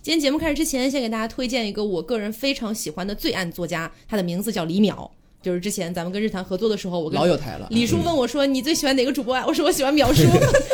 今天节目开始之前，先给大家推荐一个我个人非常喜欢的罪案作家，他的名字叫李淼。就是之前咱们跟日坛合作的时候，我跟老有台了。李叔问我说：“你最喜欢哪个主播啊？”我说：“我喜欢 淼叔。”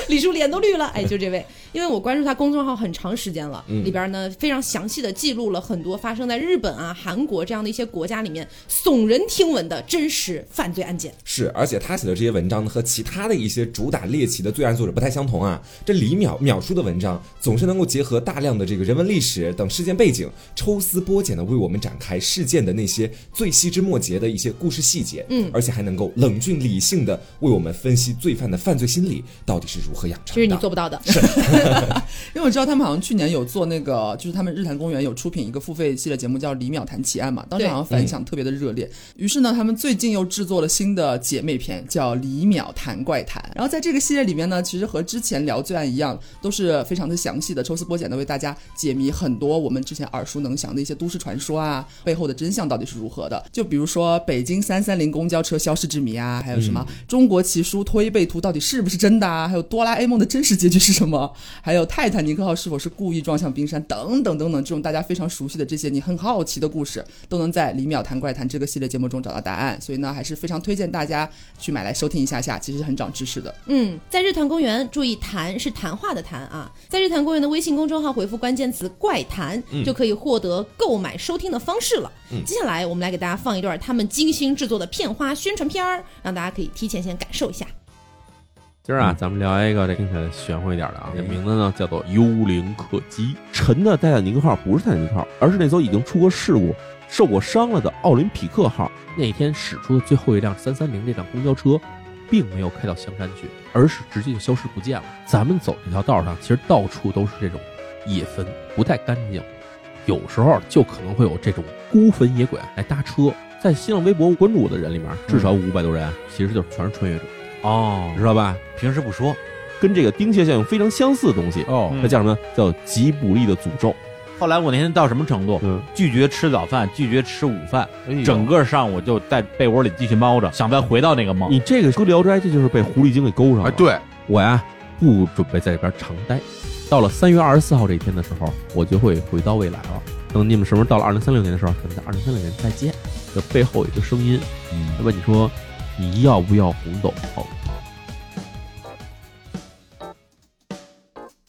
李叔脸都绿了。哎，就这位， 因为我关注他公众号很长时间了，里边呢非常详细的记录了很多发生在日本啊、韩国这样的一些国家里面耸人听闻的真实犯罪案件。是，而且他写的这些文章呢，和其他的一些主打猎奇的罪案作者不太相同啊。这李淼淼叔的文章总是能够结合大量的这个人文历史等事件背景，抽丝剥茧的为我们展开事件的那些最细枝末节的一些故事细节，嗯，而且还能够冷峻理性的为我们分析罪犯的犯罪心理到底是如何养成的。这是你做不到的，因为我知道他们好像去年有做那个，就是他们日坛公园有出品一个付费系列节目叫《李淼谈奇案》嘛，当时好像反响特别的热烈。于是呢，他们最近又制作了新的姐妹篇，叫《李淼谈怪谈》。然后在这个系列里面呢，其实和之前聊罪案一样，都是非常的详细的、抽丝剥茧的为大家解谜很多我们之前耳熟能详的一些都市传说啊，背后的真相到底是如何的。就比如说北京三三零公交车消失之谜啊，还有什么中国奇书推背图到底是不是真的啊，还有哆啦 A 梦的真实结局是什么，还有泰坦尼克号是否是故意撞向冰山等等等等，这种大家非常熟悉的这些你很好奇的故事，都能在《李淼谈怪谈》这个系列节目中找到答案。所以呢，还是非常推荐大家去买来收听一下下，其实很长知识的。嗯，在日坛公园，注意“谈”是谈话的“谈”啊，在日坛公园的微信公众号回复关键词“怪谈”，嗯就可以获得购买收听的方式了。接下来我们来给大家放一段他们精心制作的片花宣传片儿，让大家可以提前先感受一下。今儿啊，咱们聊一个这听起来玄乎一点的啊，这名字呢叫做《幽灵客机》。沉的泰坦尼克号不是泰坦尼克号，而是那艘已经出过事故、受过伤了的奥林匹克号。那天驶出的最后一辆三三零这辆公交车，并没有开到香山去，而是直接就消失不见了。咱们走这条道上，其实到处都是这种野坟，不太干净。有时候就可能会有这种孤坟野鬼来搭车。在新浪微博关注我的人里面，至少五百多人，啊其实就是全是穿越者，哦你，知道吧？平时不说跟这个丁蟹效应非常相似的东西，哦它叫什么？叫吉卜力的诅咒。后来我那天到什么程度？嗯，拒绝吃早饭，拒绝吃午饭，哎整整个上午就在被窝里继续猫着，想再回到那个梦。你这个搁《聊斋》，这就是被狐狸精给勾上哎，，了。对，我呀不准备在这边常待。到了三月二十四号这一天的时候，我就会回到未来了。等你们什么时候到了二零三六年的时候，咱们在二零三六年再见。这背后有一个声音，嗯那么你说你要不要红豆泡？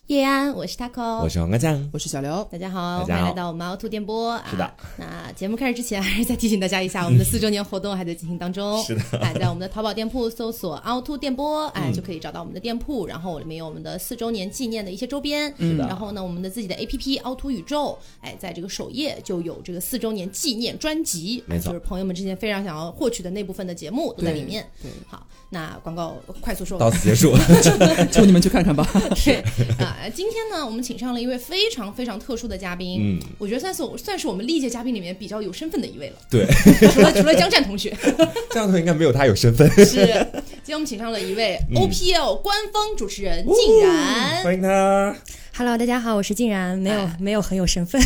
叶安，我是 Taco，我是王刚酱， 我是小刘，大家好，大家好欢迎来到我们凹凸电波。是的啊，那节目开始之前，还是再提醒大家一下，我 们的四周年活动还在进行当中。是嗯的，哎，在我们的淘宝店铺搜索“凹凸电波”，哎，就可以找到我们的店铺，然后里面有我们的四周年纪念的一些周边。是的然后呢，我们的自己的 APP“ 凹凸宇宙”，哎，在这个首页就有这个四周年纪念专辑，哎没错就是朋友们之前非常想要获取的那部分的节目都在里面。 对，好，那广告快速说完到。此结束。 求你们去看看吧。对 啊，今天呢，我们请上了一位非常非常特殊的嘉宾，嗯，我觉得算是我算是我们历届嘉宾里面比较有身份的一位了，对，除了除了江战同 学，这样的应该没有他有身份。是。今天我们请上了一位嗯 OPL 官方主持人哦竟然， 欢迎他， Hello，大家好，我是静然，没有、哎没有很有身份。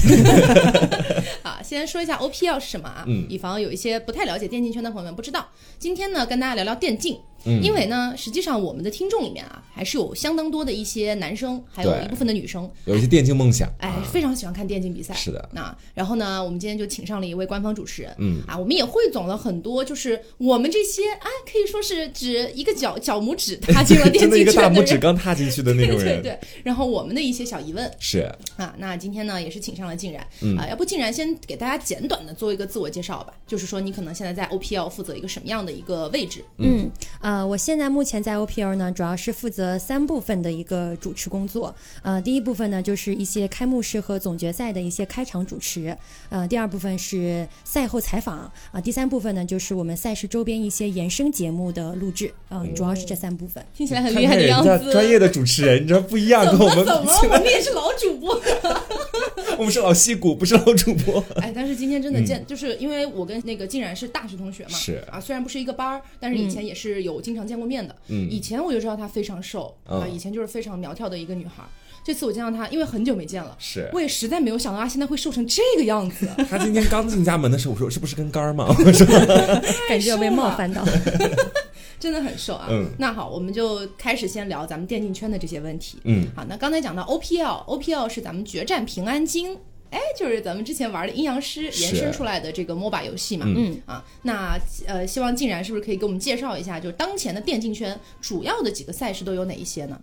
啊，先说一下 OPL 是什么啊？嗯以防有一些不太了解电竞圈的朋友们不知道。今天呢，跟大家聊聊电竞，嗯因为呢，实际上我们的听众里面啊，还是有相当多的一些男生，还有对一部分的女生，有一些电竞梦想，啊哎，非常喜欢看电竞比赛。是的，那然后呢，我们今天就请上了一位官方主持人，嗯啊，我们也汇总了很多，就是我们这些哎，可以说是指一个脚脚拇指踏进了电 真的一竞个大圈 拇指人，刚踏进去的那对种对人，对，然后我们的一些小疑问是啊，那今天呢也是请上了静然，嗯啊，要不静然先给大家简短的做一个自我介绍吧，就是说你可能现在在 OPL 负责一个什么样的一个位置？ 嗯，呃，我现在目前在 OPL 呢，主要是负责三部分的一个主持工作。呃，第一部分呢，就是一些开幕式和总决赛的一些开场主持。呃，第二部分是赛后采访啊、第三部分呢，就是我们赛事周边一些衍生节目的录制。嗯、主要是这三部分。听哎起来很看厉害看的人样家子。专业的主持人，你知道不一样，怎跟么我们怎么比起，我们也是老主播。来， 我们是老戏骨，不是老主播。 哎，但是今天真的见，就是因为我跟那个竟然是大学同学嘛，嗯是啊，虽然不是一个班儿，但是以前也是有经常见过面的。嗯以前我就知道她非常瘦啊，嗯以前就是非常苗条的一个女孩儿。这次我见到她，因为很久没见了，是我也实在没有想到她现在会瘦成这个样子，他今啊天刚进家门的时候，我说这不是跟杆儿吗？我说感觉有被冒犯到。真的很瘦啊。嗯那好，我们就开始先聊咱们电竞圈的这些问题。嗯，好，那刚才讲到 OPL，OPL 是咱们决战平安京，哎，就是咱们之前玩的阴阳师是延伸出来的这个 MOBA 游戏嘛。嗯 嗯啊，那呃，希望静然是不是可以给我们介绍一下，就是当前的电竞圈主要的几个赛事都有哪一些呢？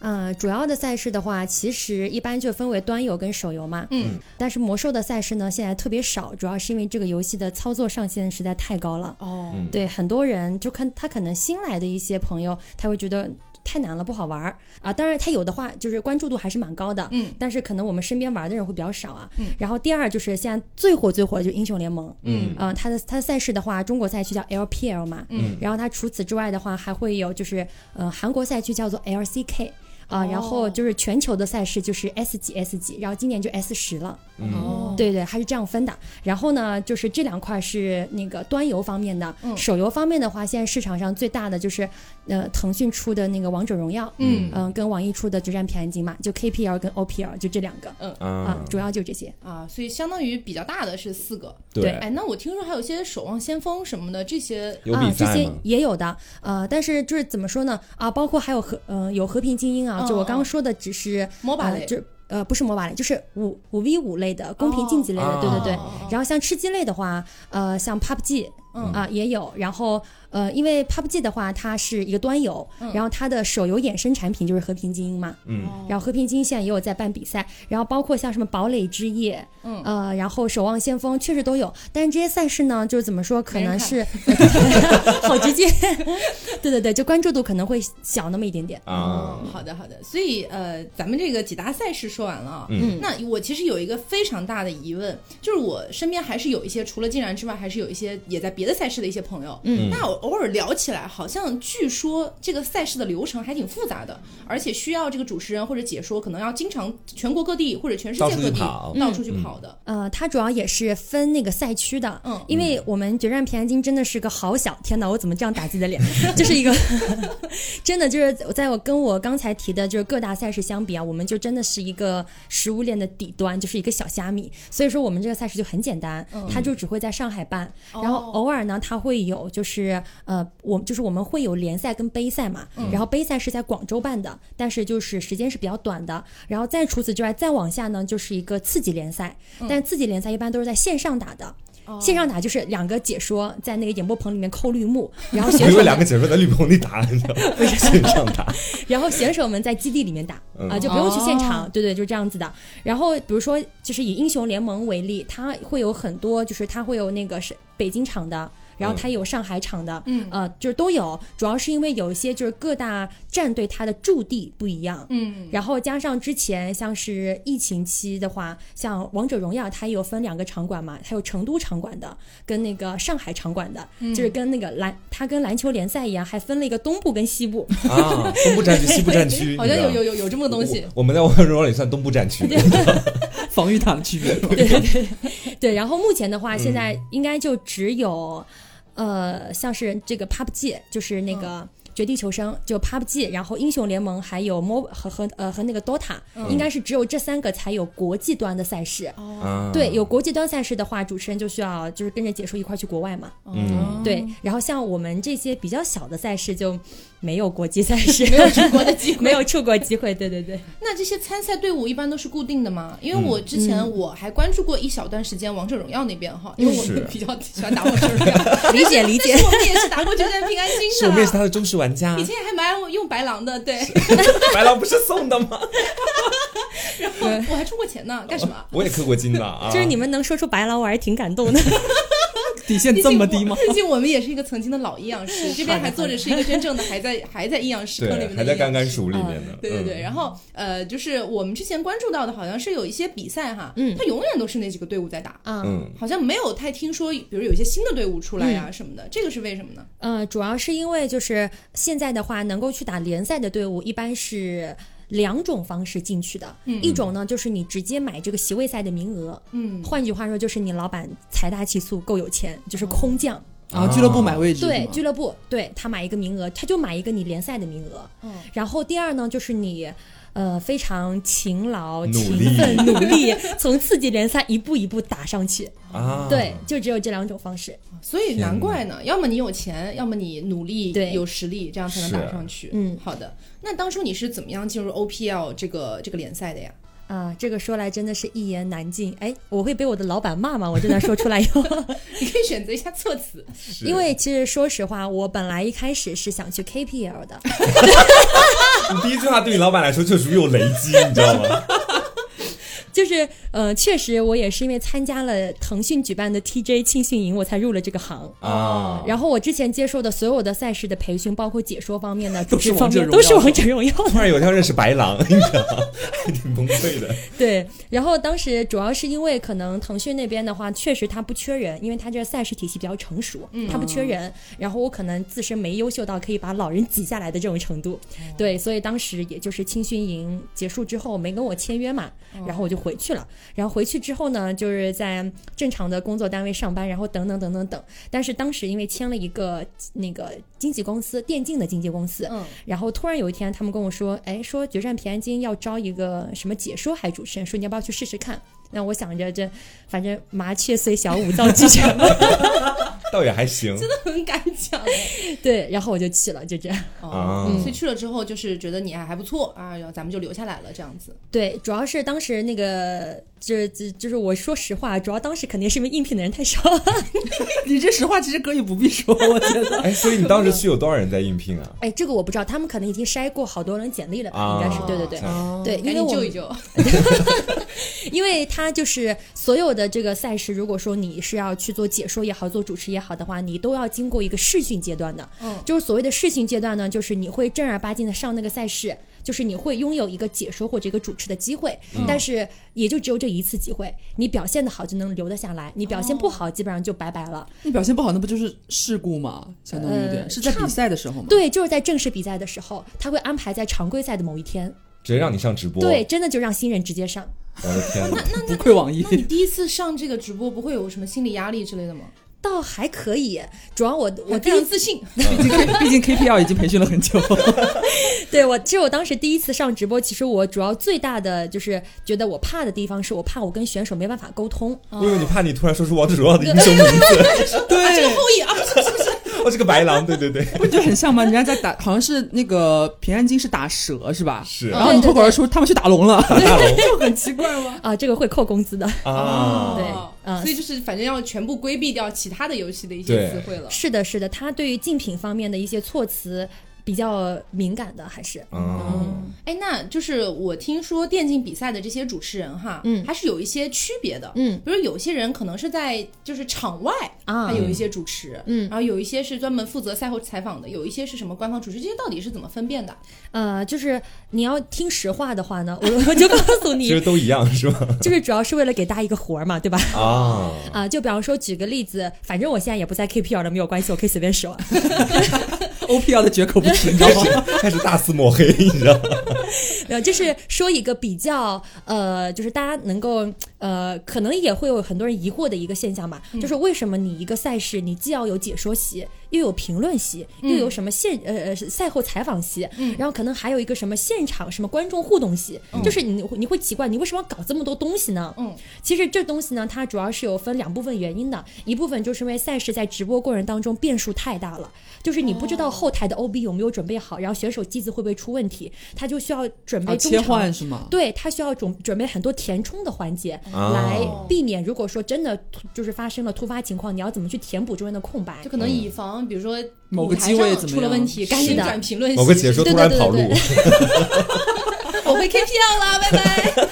呃，主要的赛事的话，其实一般就分为端游跟手游嘛。嗯，但是魔兽的赛事呢，现在特别少，主要是因为这个游戏的操作上限实在太高了。哦嗯对，很多人就看他可能新来的一些朋友，他会觉得太难了，不好玩儿啊。当然，他有的话就是关注度还是蛮高的，嗯但是可能我们身边玩的人会比较少啊。嗯然后第二就是现在最火最火的就是英雄联盟，嗯呃，它的它的赛事的话，中国赛区叫 LPL 嘛，嗯然后它除此之外的话，还会有就是呃韩国赛区叫做 LCK。啊、然后哦就是全球的赛事就是 S 级 S 级，然后今年就 S 十了，嗯哦，对对，它是这样分的。然后呢，就是这两块是那个端游方面的，嗯手游方面的话，现在市场上最大的就是呃腾讯出的那个《王者荣耀》，嗯嗯、跟网易出的《决战平安京》嘛，就 KPL 跟 OPL 就这两个啊嗯啊，，主要就这些。啊，所以相当于比较大的是四个。对，哎，那我听说还有些守望先锋什么的这些，有啊比，这赛些吗？也有的，呃，但是就是怎么说呢？啊，包括还有和呃有和平精英啊，嗯就我嗯刚刚说的只是魔板类呃，就呃不是魔法类，就是五五 v 五类的公平竞技类的，对对对。哦然后像吃鸡类的话，呃，像 PUBG 嗯啊、也有。然后呃，因为 PUBG 的话，它是一个端游，嗯然后它的手游衍生产品就是和平精英嘛。嗯，哦然后和平精英现在也有在办比赛，然后包括像什么堡垒之夜，嗯呃，然后守望先锋确实都有，但是这些赛事呢，就是怎么说，可没人能看 是 好直接，对对对，就关注度可能会小那么一点点。啊，嗯好的好的，所以呃，咱们这个几大赛事说完了啊。嗯那我其实有一个非常大的疑问，就是我身边还是有一些除了竟然之外，还是有一些也在别的赛事的一些朋友。嗯那我偶尔聊起来，好像据说这个赛事的流程还挺复杂的，而且需要这个主持人或者解说可能要经常全国各地或者全世界各到处地去跑到处去跑的。呃，它主要也是分那个赛区的，嗯因为我们决战平安京真的是个好小，天哪，我怎么这样打自己的脸？就是一个 真的就是在我跟我刚才提的，就是各大赛事相比啊，我们就真的是一个食物链的底端，就是一个小虾米。所以说我们这个赛事就很简单，它就只会在上海办，然后偶尔呢，它会有就是呃，我就是我们会有联赛跟杯赛嘛，然后杯赛是在广州办的，但是就是时间是比较短的。然后再除此之外，再往下呢，就是一个次级联赛，但次级联赛一般都是在线上打的。线上打就是两个解说在那个演播棚里面扣绿幕，然后我选以手为们两个解说在绿棚里打，你知道吗？线上打，然后选手们在基地里面打嗯啊，就不用去现哦场，对对，就这样子的。然后比如说，就是以英雄联盟为例，它会有很多，就是它会有那个是北京场的。然后它有上海场的，嗯呃，就是都有，主要是因为有一些就是各大战队它的驻地不一样，嗯然后加上之前像是疫情期的话，像王者荣耀它也有分两个场馆嘛，它有成都场馆的跟那个上海场馆的，嗯就是跟那个篮，它跟篮球联赛一样，还分了一个东部跟西部，啊，东部战区、西部战 区，好像有有有有有这么个东西。。我我们在王者荣耀里算东部战区，防御塔的区别。对，然后目前的话，现在应该就只有，呃，像是这个 PUBG，就是嗯那个。绝地求生就 PUBG，然后英雄联盟还有 MO 和和呃和那个 DOTA，、嗯应该是只有这三个才有国际端的赛事。哦啊，对，有国际端赛事的话，主持人就需要就是跟着解说一块儿去国外嘛。嗯 对，然后像我们这些比较小的赛事就没有国际赛事， 没有出国的机会没有出国机会。对对 对，那这些参赛队伍一般都是固定的吗？嗯因为我之嗯前我还关注过一小段时间王者荣耀那边哈，因为我是们比较喜欢打王者荣 耀，理解理解但。是我们也是打过决战平安是我京们也的是他啦。的忠实玩家以。前还蛮爱用白狼的，对，白狼不是送的吗？ 然后我还充过钱呢，干什么？我也氪过金的啊。就是你们能说出白狼，我还是挺感动的。底线这么低吗 毕？竟我毕 竟我们也是一个曾经的老阴阳师，这边还坐着是一个真正的还在还在阴阳师坑里对，面的阴阳师，还在干干鼠里面的。对对对，嗯然后呃，就是我们之前关注到的，好像是有一些比赛哈，嗯它永远都是那几个队伍在打，啊嗯好像没有太听说，比如有一些新的队伍出来呀、什么的，这个是为什么呢？呃，主要是因为就是现在的话，能够去打联赛的队伍一般是。两种方式进去的，嗯一种呢就是你直接买这个席位赛的名额，嗯换句话说就是你老板财大气粗，够有钱，就是空降，啊，俱乐部买位置是吗，对俱乐部，对他买一个名额，他就买一个你联赛的名额。嗯然后第二呢，就是你呃非常勤劳、努勤力奋、努力，从次级联赛一步一步打上去。啊，对，就只有这两种方式。所以难怪呢，要么你有钱，要么你努力对有实力，这样才能打上去。嗯好的。那当初你是怎么样进入 OPL 这个这个联赛的呀？ 啊，这个说来真的是一言难尽。哎，我会被我的老板骂吗？我这段说出来以 后，你可以选择一下措辞。是因为其实说实话，我本来一开始是想去 KPL 的， 你第一句话对你老板来说就如有雷击，你知道吗？ 就是呃，确实我也是因为参加了腾讯举办的 TJ 庆训营，我才入了这个行。啊，然后我之前接受的所有的赛事的培训，包括解说方面的、主是持方王者面，荣都是耀王者荣耀突然有一天认识白狼， 你知道吗？还挺崩溃的。 对，然后当时主要是因为可能腾讯那边的话，确实他不缺人，因为他这个赛事体系比较成熟，他不缺人。然后我可能自身没优秀到可以把老人挤下来的这种程度，对，所以当时也就是青训营结束之后没跟我签约嘛，然后我就回去了。然后回去之后呢，就是在正常的工作单位上班，然后等等等等等。但是当时因为签了一个那个经纪公司，电竞的经纪公司，嗯，然后突然有一天，他们跟我说：“哎，说《决战平安京》要招一个什么解说还主持人，说你要不要去试试看？”那我想着这，反正麻雀虽小，五脏俱全嘛，倒也还行 很敢讲对，然后我就去了，就这样。哦。啊，所以去了之后，就是觉得你还还不错啊，然后咱们就留下来了，这样子。对，主要是当时那个，这这就是我说实话，主要当时肯定是因为应聘的人太少，你这实话其实可以不必说，我觉得。哎，所以你当时去有多少人在应聘啊？哎，这个我不知道，他们可能已经筛过好多人简历了吧，啊，应该是对对对哦这。样对，赶因为紧我救们一救。因为它就是所有的这个赛事，如果说你是要去做解说也好，做主持也好的话，你都要经过一个试训阶段的。嗯就是所谓的试训阶段呢，就是你会正儿八经的上那个赛事，就是你会拥有一个解说或者一个主持的机会，但是也就只有这一次机会。你表现的好就能留得下来，你表现不好基本上就拜拜了。 你表现不好，那不就是事故吗？相当于有点、呃是在比赛的时候吗？，对，就是在正式比赛的时候，他会安排在常规赛的某一天。直接让你上直播。对，，哦真的就让新人直接上。我的天哪！不愧网 易 那。你第一次上这个直播，不会有什么心理压力之类的吗？倒还可以，主要我我我第非一常自信。毕竟 KPL 已经培训了很久，对我，其实我当时第一次上直播，其实我主要最大的就是觉得我怕的地方是我怕我跟选手没办法沟通。我以为你怕你突然说出王者荣耀的英雄名 字， 对，后 羿啊，我这个白狼，对对对，不就很像吗？人家在打，好像是那个平安京是打蛇是吧？是哦然后你脱口而出他们去打龙了，大龙就很奇怪 吗？啊，这个会扣工资的。 啊，对哦嗯所以就是反正要全部规避掉其他的游戏的一些对词汇了。是的，是的，他对于竞品方面的一些措辞比较敏感的，还是啊，嗯哎，那就是我听说电竞比赛的这些主持人哈，嗯还是有一些区别的，嗯，比如有些人可能是在就是场外，啊他有一些主持，嗯然后有一些是专门负责赛后采访的，有一些是什么官方主持，这些到底是怎么分辨的？呃，就是你要听实话的话呢，我我就告诉其 你实，都一样是 吧？就是主要是为了给大家一个活儿嘛，对吧？啊，啊、就比方说举个例子，反正我现在也不在 KPL 了，没有关系，我可以随便说。 OPL 的绝口不提，你知道吗？开始大肆抹黑，你知道 吗？没有，呃就是说一个比较呃，就是大家能够呃，可能也会有很多人疑惑的一个现象吧，就是为什么你一个赛事，你既要有解说席，又有评论席，又有什么现呃呃赛后采访席，然后可能还有一个什么现场什么观众互动席，就是你你会奇怪，你为什么要搞这么多东西呢？嗯，其实这东西呢，它主要是有分两部分原因的，一部分就是因为赛事在直播过程当中变数太大了，就是你不知道后台的 OB 有没有准备好，然后选手机子会不会出问题，他就需要准备啊，中切场换是吗？对他需要准准备很多填充的环节，哦来避免如果说真的突就是发生了突发情况，你要怎么去填补中间的空白就？可能以防比如说某个舞台机位上怎么出了样问题，赶紧是的转评论区，某个解说突然跑路，我回 KPL 了，拜拜。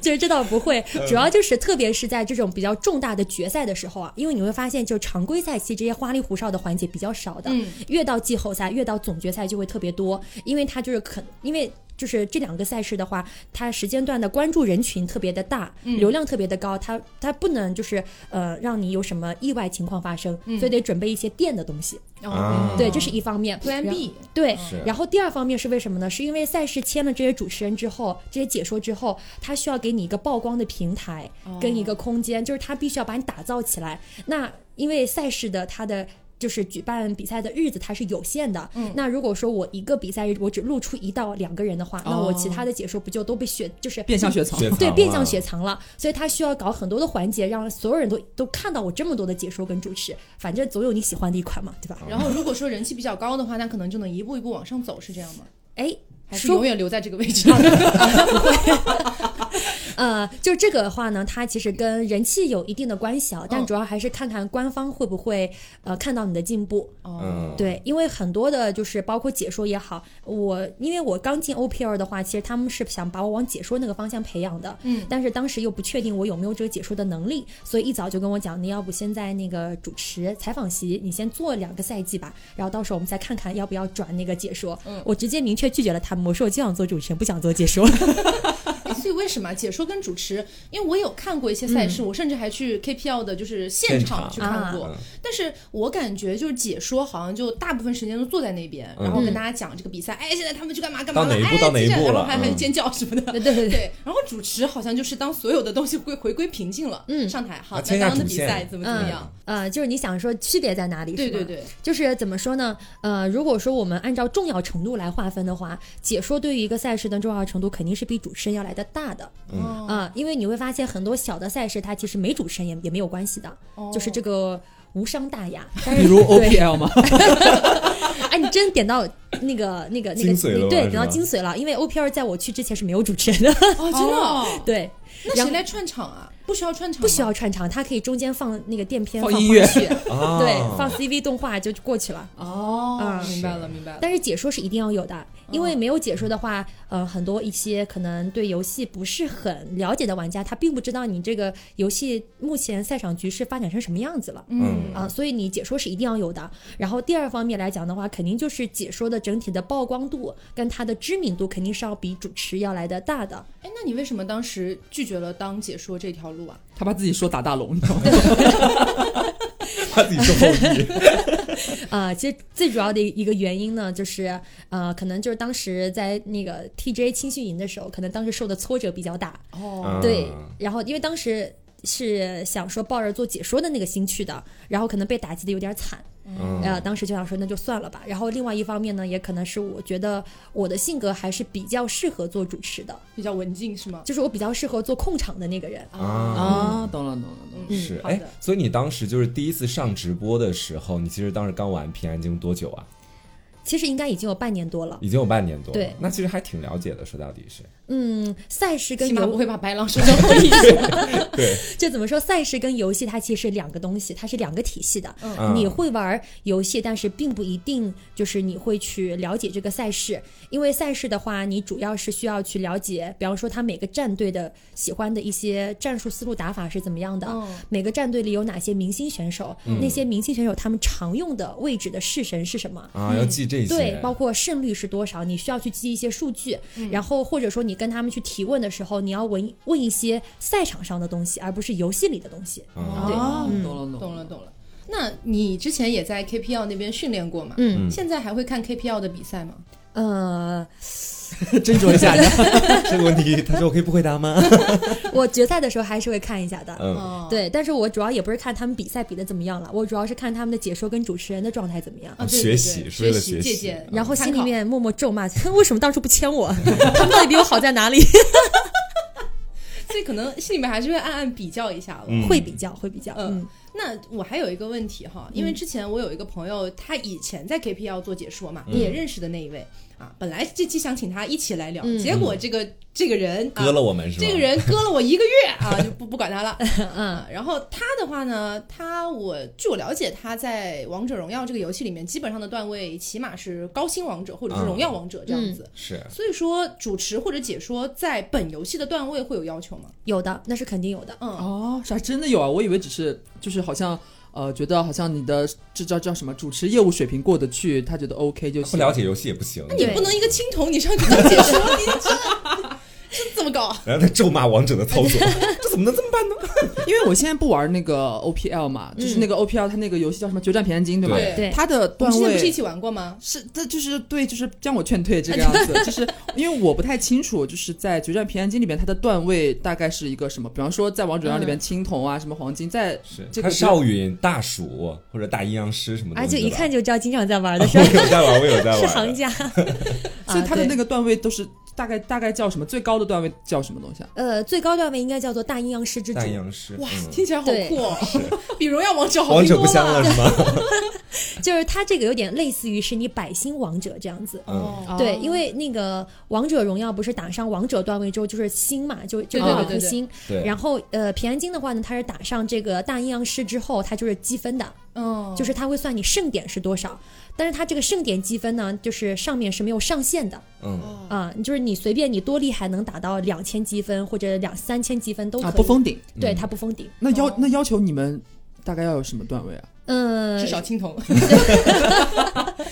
就是这倒不会，主要就是特别是在这种比较重大的决赛的时候啊，因为你会发现，就常规赛期这些花里胡哨的环节比较少的，嗯越到季后赛，越到总决赛就会特别多，因为它就是肯因为。就是这两个赛事的话，它时间段的关注人群特别的大，流量特别的高，它它不能就是呃让你有什么意外情况发生，所以得准备一些垫的东西。哦啊对，这是一方面。 Plan 然 B 对是，然后第二方面是为什么呢？是因为赛事签了这些主持人之后，这些解说之后，他需要给你一个曝光的平台哦跟一个空间，就是他必须要把你打造起来。那因为赛事的它的。就是举办比赛的日子它是有限的。嗯那如果说我一个比赛日我只露出一到两个人的话，那我其他的解说不就都被雪就是嗯变相雪藏。雪藏对，变了相雪藏了，所以他需要搞很多的环节，让所有人都都看到我这么多的解说跟主持，反正总有你喜欢的一款嘛，嗯对吧？然后如果说人气比较高的话，那可能就能一步一步往上走，是这样 吗？哎，还是说永远留在这个位置？啊呃，就这个的话呢，它其实跟人气有一定的关系啊，但嗯主要还是看看官方会不会呃看到你的进步。哦嗯，对，因为很多的就是包括解说也好，我因为我刚进 OPL 的话，其实他们是想把我往解说那个方向培养的，嗯但是当时又不确定我有没有这个解说的能力，所以一早就跟我讲，你要不先在那个主持采访席，你先做两个赛季吧，然后到时候我们再看看要不要转那个解说。嗯我直接明确拒绝了他们，我说我就想做主持人，不想做解说。哎所以为什么解说跟主持？因为我有看过一些赛事，我甚至还去 KPL 的，就是现场去嗯现场看过。啊但是我感觉就是解说好像就大部分时间都坐在那边，嗯然后跟大家讲这个比赛，哎，现在他们去干嘛干嘛到了，哪一步哎，到哪一这个步然了后还还嗯尖叫什么的。 对对对。对，然后主持好像就是当所有的东西回回归平静了，嗯上台好，啊那签刚下刚的主比线嗯赛怎么怎么样？呃，就是你想说区别在哪里？对是吗对，对，就是怎么说呢？呃，如果说我们按照重要程度来划分的话，解说对于一个赛事的重要程度肯定是比主持人要来的大的嗯啊、哦因为你会发现很多小的赛事它其实没主持人也也没有关系的，哦就是这个无伤大 雅。但比是如对 OPL 嘛，哎，你真点到那个那个那个精髓了吧对，是点到吧精髓了，因为 OPL 在我去之前是没有主持人的，哦，真的哦， 对，那谁然后来串场啊？不需要串场吗，不需要串场，它可以中间放那个垫片，放放音乐花絮啊，对，放 CV 动画就过去了。哦，嗯明白了，明白了。但是解说是一定要有的，因为没有解说的话，呃，很多一些可能对游戏不是很了解的玩家，他并不知道你这个游戏目前赛场局势发展成什么样子了。 嗯啊，所以你解说是一定要有的。然后第二方面来讲的话，肯定就是解说的整体的曝光度跟它的知名度肯定是要比主持要来的大的。哎，那你为什么当时拒绝了当解说这条路啊？他把自己说打大龙，你知道吗？他自己说后羿，呃，其实最主要的一个原因呢，就是呃，可能就是当时在那个 TJ 青训营的时候，可能当时受的挫折比较大，哦，啊对，然后因为当时是想说抱着做解说的那个心去的，然后可能被打击的有点惨，嗯呃，当时就想说那就算了吧。然后另外一方面呢，也可能是我觉得我的性格还是比较适合做主持的，比较文静是吗？就是我比较适合做控场的那个人。啊哦啊，懂了懂了懂了。嗯是好哎的，所以你当时就是第一次上直播的时候，你其实当时刚玩平安京多久啊？其实应该已经有半年多了，已经有半年多了，对那其实还挺了解的，说到底是，嗯，赛事跟起码游不会把白狼说成后 羿。对，就怎么说，赛事跟游戏它其实是两个东西，它是两个体系的。嗯你会玩游戏，但是并不一定就是你会去了解这个赛事，因为赛事的话，你主要是需要去了解，比方说他每个战队的喜欢的一些战术思路打法是怎么样的，嗯每个战队里有哪些明星选手，那些明星选手他们常用的位置的式神是什么。啊，要记这些，对，包括胜率是多少，你需要去记一些数据，然后或者说你跟他们去提问的时候，你要问问一些赛场上的东西，而不是游戏里的东西。 啊，哦，懂了懂了了。懂了。那你之前也在 KPL 那边训练过吗？嗯现在还会看 KPL 的比赛吗？ 呃，斟酌一下，你看 这个问题，他说我可以不回答吗？我决赛的时候还是会看一下的。嗯，哦，对，但是我主要也不是看他们比赛比的怎么样了，我主要是看他们的解说跟主持人的状态怎么样，啊，对学对习对是为学了习学借习鉴，然后心参里考面默默咒骂， 为什么当初不签我？他们到底比我好在哪里？所以可能心里面还是会暗暗比较一下了。会比较，会比较，嗯嗯，那我还有一个问题哈，因为之前我有一个朋友，他以前在 KPL 做解说嘛，你也认识的那一位啊，本来这期想请他一起来聊，结果这个这个人啊割了我们是吧？这个人割了我一个月啊，就不不管他了。嗯，然后他的话呢，他我据我了解，他在王者荣耀这个游戏里面，基本上的段位起码是高星王者或者是荣耀王者这样子。是所以说，主持或者解说在本游戏的段位会有要求吗？有的，那是肯定有的。嗯，哦，啥真的有啊？我以为只是就是好像呃，觉得好像你的这叫叫什么主持业务水平过得去，他觉得 OK 就行。不了解游戏也不行，你对不能一个青铜你上去当解说，你这。这么搞？ 啊然后他咒骂王者的操 作，这怎么能这么办呢？因为我现在不玩那个 OPL 嘛，就是那个 OPL，它那个游戏叫什么《决战平安京》，对吧？对对它的我们段之前不是一位起啊玩过吗？是，它就是对，就是将我劝退 这个样子，就是因为我不太清楚，就是在《决战平安京》里面它的段位大概是一个什么？比方说在《王者荣耀》里面青铜啊，什么黄金，在是这他个少允、大暑或者大阴阳师什么的，而且一看就知道经常在玩的对是吧我嗯 有在玩，我有在玩，是行家，啊所以它的那个。个段位都是大概大概叫什么？最高的段位叫什么东西啊？呃，最高段位应该叫做大阴阳师之主大，阴阳师，哇，嗯听起来好酷哦，比荣耀王者好王听者多不香了了。是吗？就是它这个有点类似于是你百星王者这样子。嗯，哦对，因为那个王者荣耀不是打上王者段位之后就是星嘛，就对就多对对少对颗星。对。然后呃，平安京的话呢，它是打上这个大阴阳师之后，它就是积分的，嗯，就是它会算你盛典是多少。但是它这个盛典积分呢，就是上面是没有上限的嗯，哦啊、就是你随便你多厉害，能打到两千积分或者两三千积分都可以。啊，不封顶。对，嗯它不封顶。那要哦那要求你们大概要有什么段位啊？嗯，至少青铜，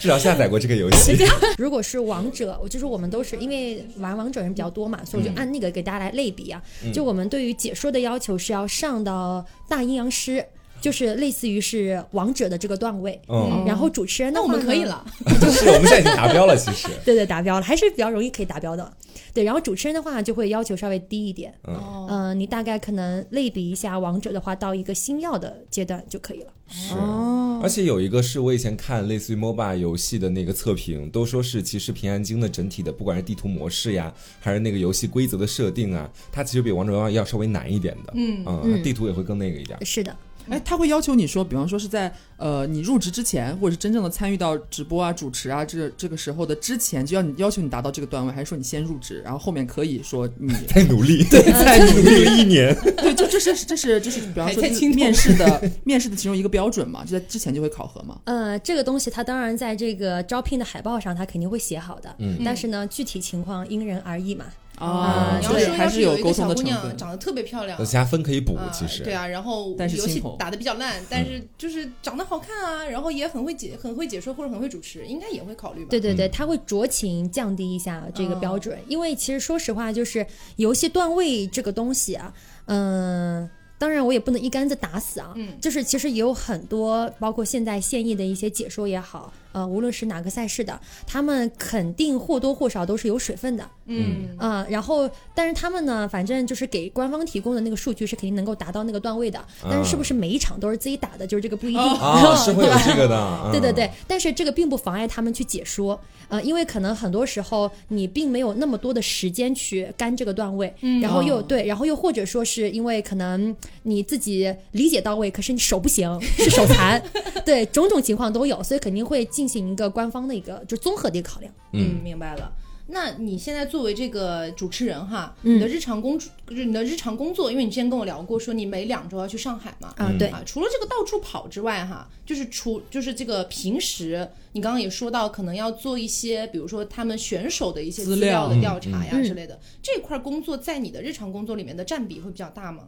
至少下载过这个游戏，如果是王 者，我就是我们都是因为玩王者人比较多嘛，所嗯以我就按那个给大家来类比啊。嗯就我们对于解说的要求是要上到大阴阳师，就是类似于是王者的这个段位。嗯，然后主持人的哦那我话们呢可以。了。是我们现在已经达标了，其实，对对，达标了，还是比较容易可以达标的。对，然后主持人的话就会要求稍微低一点，嗯，哦，嗯、你大概可能类比一下王者的话，到一个星耀的阶段就可以了。是。哦而且有一个是我以前看类似于 MOBA 游戏的那个测评，都说是其实平安京的整体的，不管是地图模式呀，还是那个游戏规则的设定啊，它其实比王者荣耀要稍微难一点的，嗯嗯，嗯地图也会更那个一点。是的，哎，他会要求你说，比方说是在呃你入职之前，或者是真正的参与到直播啊、主持啊这这个时候的之前，就要你要求你达到这个段位，还是说你先入职，然后后面可以说你 再努力，对，再努力了一年， 对，就这是这是这是，比方还说在这是青铜面试的 面试的其中一个标准嘛，就在之前就会考核嘛。呃，这个东西它当然在这个招聘的海报上，它肯定会写好的，嗯但是呢，具体情况因人而异嘛。啊你要对哦说还要是是有一沟个通小的姑成娘分。长得特别漂亮有，加分可以补，啊其实嗯对，啊，然后但是游青戏铜打的比较烂，但是就是长得好看啊，然后也很会解很会解说或者很会主持，应该也会考虑吧。对对嗯对，它会酌情降低一下这个标准，因为其实说实话，就是游戏段位这个东西啊，嗯、当然我也不能一竿子打死啊，嗯就是其实也有很多，包括现在现役的一些解说也好，呃，无论是哪个赛事的，他们肯定或多或少都是有水分的，嗯，啊、然后但是他们呢，反正就是给官方提供的那个数据是肯定能够达到那个段位的，但是是不是每一场都是自己打的，就是这个不一定。嗯啊， 是会有这个的，对对嗯对，，但是这个并不妨碍他们去解说，呃，因为可能很多时候你并没有那么多的时间去干这个段位，嗯然后又、哦对，然后又或者说是因为可能你自己理解到位，可是你手 不行，是手残，对，种种情况都有，所以肯定会进行一个官方的一个就综合的一个考量。嗯嗯，，明白了。那你现在作为这个主持人哈，嗯你的日常工作，你的日常工作，因为你之前跟我聊过，说你每两周要去上海嘛，啊嗯对啊，除了这个到处跑之外哈，就是除就是这个平时，你刚刚也说到，可能要做一些，比如说他们选手的一些资料的资调料查呀嗯嗯之类的，这块工作在你的日常工作里面的占比会比较大吗？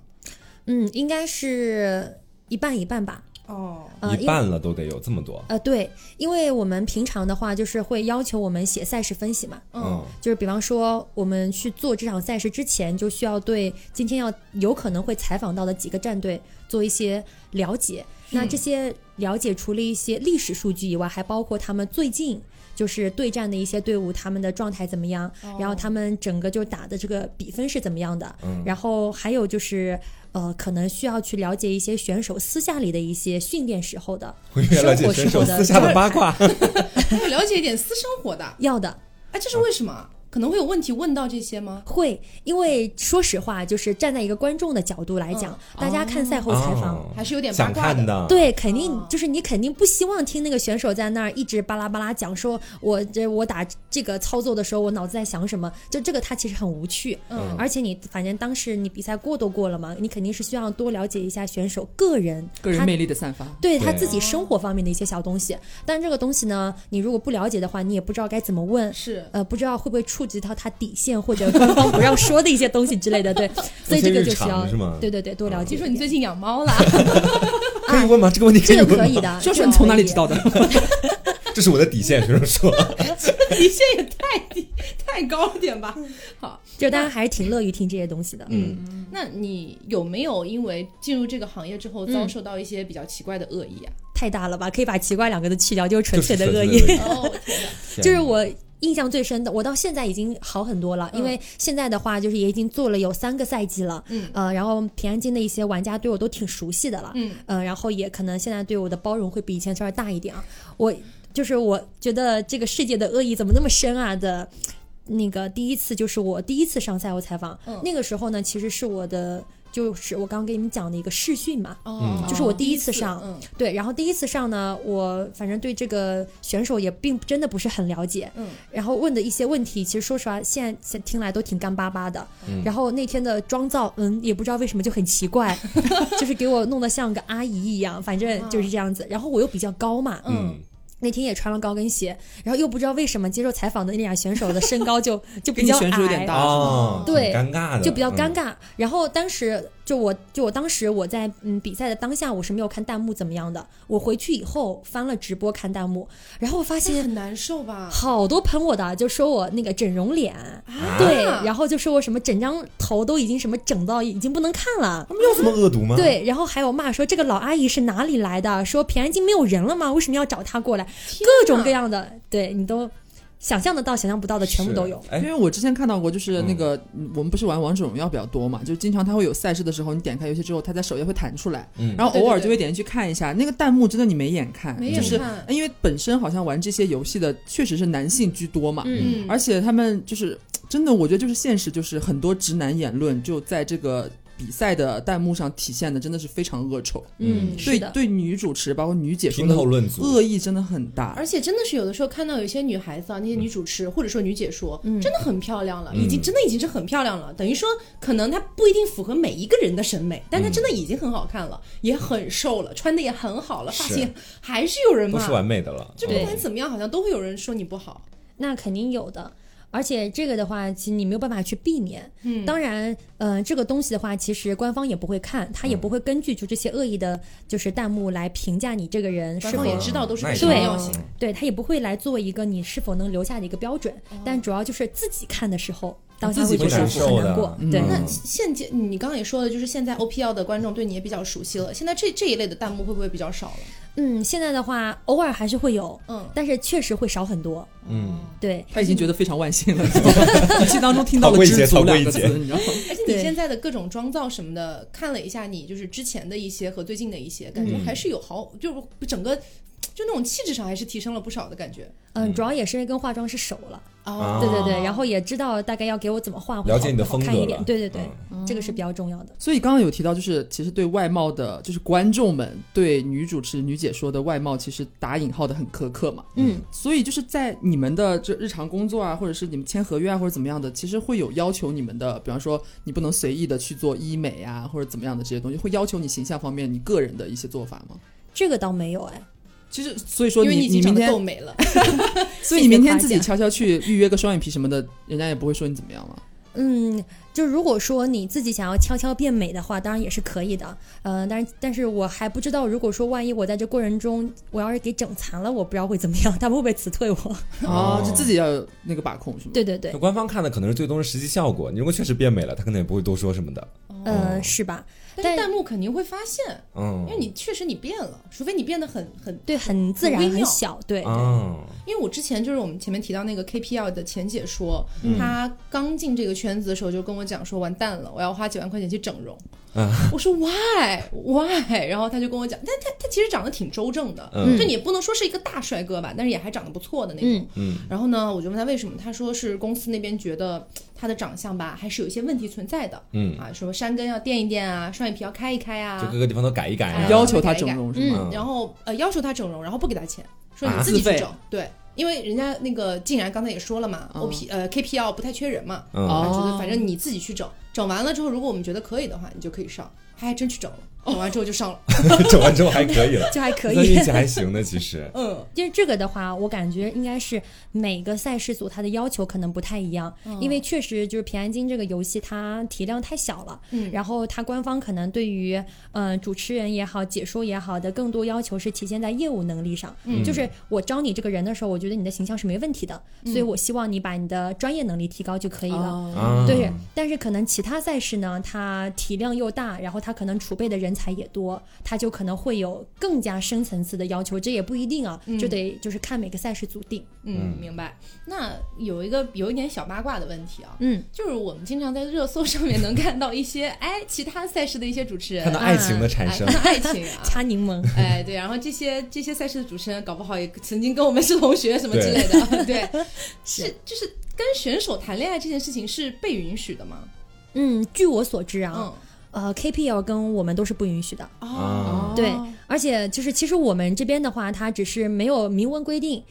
嗯，应该是一半一半吧。哦，嗯呃，一因为半了都得有这么多，呃，对，因为我们平常的话就是会要求我们写赛事分析嘛，哦嗯，就是比方说我们去做这场赛事之前，就需要对今天要有可能会采访到的几个战队做一些了解。那这些了解除了一些历史数据以外，还包括他们最近就是对战的一些队伍，他们的状态怎么样，然后他们整个就打的这个比分是怎么样的，嗯然后还有就是。呃，可能需要去了解一些选手私下里的一些训练时候的会越了解选手私下的八卦，还要了解一点私生活的，要的，哎，哦这是为什么？可能会有问题问到这些吗？会，因为说实话，就是站在一个观众的角度来讲，嗯大家看赛后采访，哦还是有点八想卦看的，对，肯定、哦就是你肯定不希望听那个选手在那儿一直巴拉巴拉讲，说我这我打这个操作的时候，我脑子在想什么，就这个它其实很无趣。嗯而且你反正当时你比赛过都过了嘛，你肯定是需要多了解一下选手个人，个人他魅力的散发，啊对他对自己生活方面的一些小东西。但这个东西呢，你如果不了解的话，你也不知道该怎么问。是，呃，不知道会不会触及到他底线或者官方不让说的一些东西之类 的，对，所以这个不是就需日常要是吗啊对对对多了听解一点。说你最近养猫了， 可以问吗？这个问题啊这个以可问以吗？ 的，就这是个你从哪里可以知道的？这是我的底线，学生说，底线也太低，太高了点吧。好，就大家还是挺乐于听这些东西的。嗯，那你有没有因为进入这个行业之嗯后遭受到一些比较奇怪的恶意啊？太大了吧，可以把“奇怪”两个字去掉，就是就纯是粹的纯恶粹 意。哦， 就是我印象最深的，我到现在已经好很多了，嗯因为现在的话就是也已经做了有三个赛季了，嗯呃，然后平安京的一些玩家对我都挺熟悉的了，嗯，呃，然后也可能现在对我的包容会比以前稍微大一点啊，我就是我觉得这个世界的恶意怎么那么深啊的。那个第一次就是我第一次上赛后采访，嗯那个时候呢，其实是我的，就是我刚刚给你们讲的一个试训嘛，哦，就是我第一次上嗯对，然后第一次上呢，我反正对这个选手也并真的不是很了解，嗯，然后问的一些问题，其实说实话，现在听来都挺干巴巴的。嗯然后那天的妆造，嗯，也不知道为什么就很奇怪，就是给我弄得像个阿姨一样，反正就是这样子。然后我又比较高嘛，嗯，那天也穿了高跟鞋，然后又不知道为什么接受采访的那俩选手的身高就就比 跟你较悬殊有点矮大哦，对挺尴尬的，就比较尴嗯。尬。然后当时就我就我当时我在嗯比赛的当下，我是没有看弹幕怎么样的。我回去以后翻了直播看弹幕，然后我发 这现很难受吧？好多喷我的，就说我那个整容脸，啊对，然后就说我什么整张头都已经什么整到已经不能看了。他们有这么恶毒嗯吗？，对，然后还有骂说这个老阿姨是哪里来的？说平安京没有人了吗？为什么要找她过来？各种各样的，对你都想象得到、想象不到的全部都有。。哎嗯因，为我之前看到过，就是那个、我们不是玩王者荣耀比较多嘛，就是经常它会有赛事的时候，你点开游戏之后，它在首页会弹出来，嗯然后偶尔就对对对会点进去看一下。那个弹幕真的你没眼看，没就眼是哎看因为本身好像玩这些游戏的确实是男性居多嘛，嗯而且他们就是真的，我觉得就是现实，就是很多直男言论就在这个。比赛的弹幕上体现的真的是非常恶丑，嗯，对是的，对女主持包括女解说评头的论足，恶意真的很大，而且真的是有的时候看到有些女孩子啊，那些女主持或者说女解说，嗯真的很漂亮了，嗯已经真的已经是很漂亮了。等于说，可能她不一定符合每一个人的审美，嗯但她真的已经很好看了，也很瘦了，穿的也很好了，发是型还是有人不骂是。完美的了。嗯就不管怎么样，好像都会有人说你不好。那肯定有的。而且这个的话，其实你没有办法去避免。嗯当然，呃，这个东西的话，其实官方也不会看，他也嗯不会根据就这些恶意的，就是弹幕来评价你这个人官是方否也知道都是那也个是重要性。对他也不会来作为一个你是否能留下的一个标准。但主要就是自己看的时候，当下自己会觉会得难很受的难过。嗯对，那现阶你刚刚也说了，就是现在 OPL 的观众对你也比较熟悉了，现在这这一类的弹幕会不会比较少了？嗯，现在的话，偶尔还是会有，嗯，但是确实会少很多。嗯，对，他已经觉得非常万 幸了。语气当中听到了“知足”两个字，你知道吗？而且你对现在的各种妆造什么的，看了一下你就是之前的一些和最近的一些，感觉嗯还是有好，就是整个就那种气质上还是提升了不少的感觉。嗯，主要也是因为跟化妆师熟了，哦对对对，然后也知道大概要给我怎么画会了解你的好风看格一点。了嗯对对对，这个是比较重要的。所以刚刚有提到，就是其实对外貌的，就是观众们对女主持、女解说的外貌，其实打引号的很苛刻嘛。嗯，所以就是在你们的这日常工作啊，或者是你们签合约啊，或者怎么样的，其实会有要求你们的，比方说你不能随意的去做医美啊，或者怎么样的这些东西，会要求你形象方面你个人的一些做法吗？这个倒没有哎，其实，所以说因为你已经明长得够天，美了，所以你明天自己悄悄去预约个双眼皮什么的，人家也不会说你怎么样嘛。嗯，就如果说你自己想要悄悄变美的话，当然也是可以的。嗯、但是但是我还不知道，如果说万一我在这过程中，我要是给整残了，我不知道会怎么样，他们会不会辞退我？哦哦，就自己要有那个把控是吗？ 对对对那，嗯官方看的可能是最终是实际效果，你如果确实变美了，他可能也不会多说什么的。呃，是吧？但是但弹幕肯定会发现，嗯，因为你确实你变了，除非你变得很很。对，很自然，很微很妙小，对。啊，因为我之前就是我们前面提到那个 KPL 的前解说，嗯他刚进这个圈子的时候就跟我讲说，完蛋了，我要花几万块钱去整容。啊我说 why why，然后他就跟我讲，但他他其实长得挺周正的，嗯就你也不能说是一个大帅哥吧，但是也还长得不错的那种。嗯，嗯然后呢，我就问他为什么，他说是公司那边觉得他的长相吧，还是有一些问题存在的嗯，啊，什么山根要垫一垫啊，双眼皮要开一开就啊各，个地方都改一改啊，哎要求他整容是吗？嗯然后呃要求他整容，然后不给他钱，说啊你自己自去费整，对。因为人家那个竟然刚才也说了嘛嗯，O P 呃 K P L 不太缺人嘛，嗯啊，哦就是反正你自己去整，整完了之后，如果我们觉得可以的话，你就可以上。他还真去整了，整完之后就 上了， 整完之后还可以了， 就还 可那以运。气还行呢，其实。嗯，就是这个的话，我感觉应该是每个赛事组它的要求可能不太一样，嗯因为确实就是平安京这个游戏它体量太小了，嗯然后它官方可能对于嗯、呃主持人也好、解说也好的更多要求是体现在业务能力上，嗯，就是我招你这个人的时候，我觉得你的形象是没问题的，所以我希望你把你的专业能力提高就可以了。哦啊，对，但是可能其他赛事呢，它体量又大，然后它可能储备的人才也多，它就可能会有更加深层次的要求，这也不一定啊，就得就是看每个赛事组定。嗯，明白。那有一个有一点小八卦的问题啊，嗯，就是我们经常在热搜上面能看到一些，哎，其他赛事的一些主持人看到爱情的产哎生看，到爱情啊，掐柠檬， 哎，对，然后这些这些赛事的主持人，搞不好也曾经跟我们是同学什么之类的， 对，是就是跟选手谈恋爱这件事情是被允许的吗？嗯，据我所知啊，嗯，呃，KPL 跟我们都是不允许的。哦对，而且就是其实我们这边的话，它只是没有明文规定，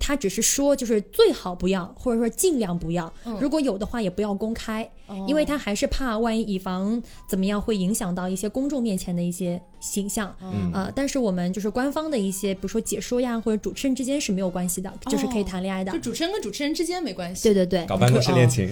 它只是说就是最好不要，或者说尽量不要，嗯如果有的话也不要公开，哦因为他还是怕万一以防怎么样会影响到一些公众面前的一些形象。嗯呃，但是我们就是官方的一些，比如说解说呀，或者主持人之间是没有关系的，就是哦可以谈恋爱的就。主持人跟主持人之间没关系。对对对搞办公室恋情，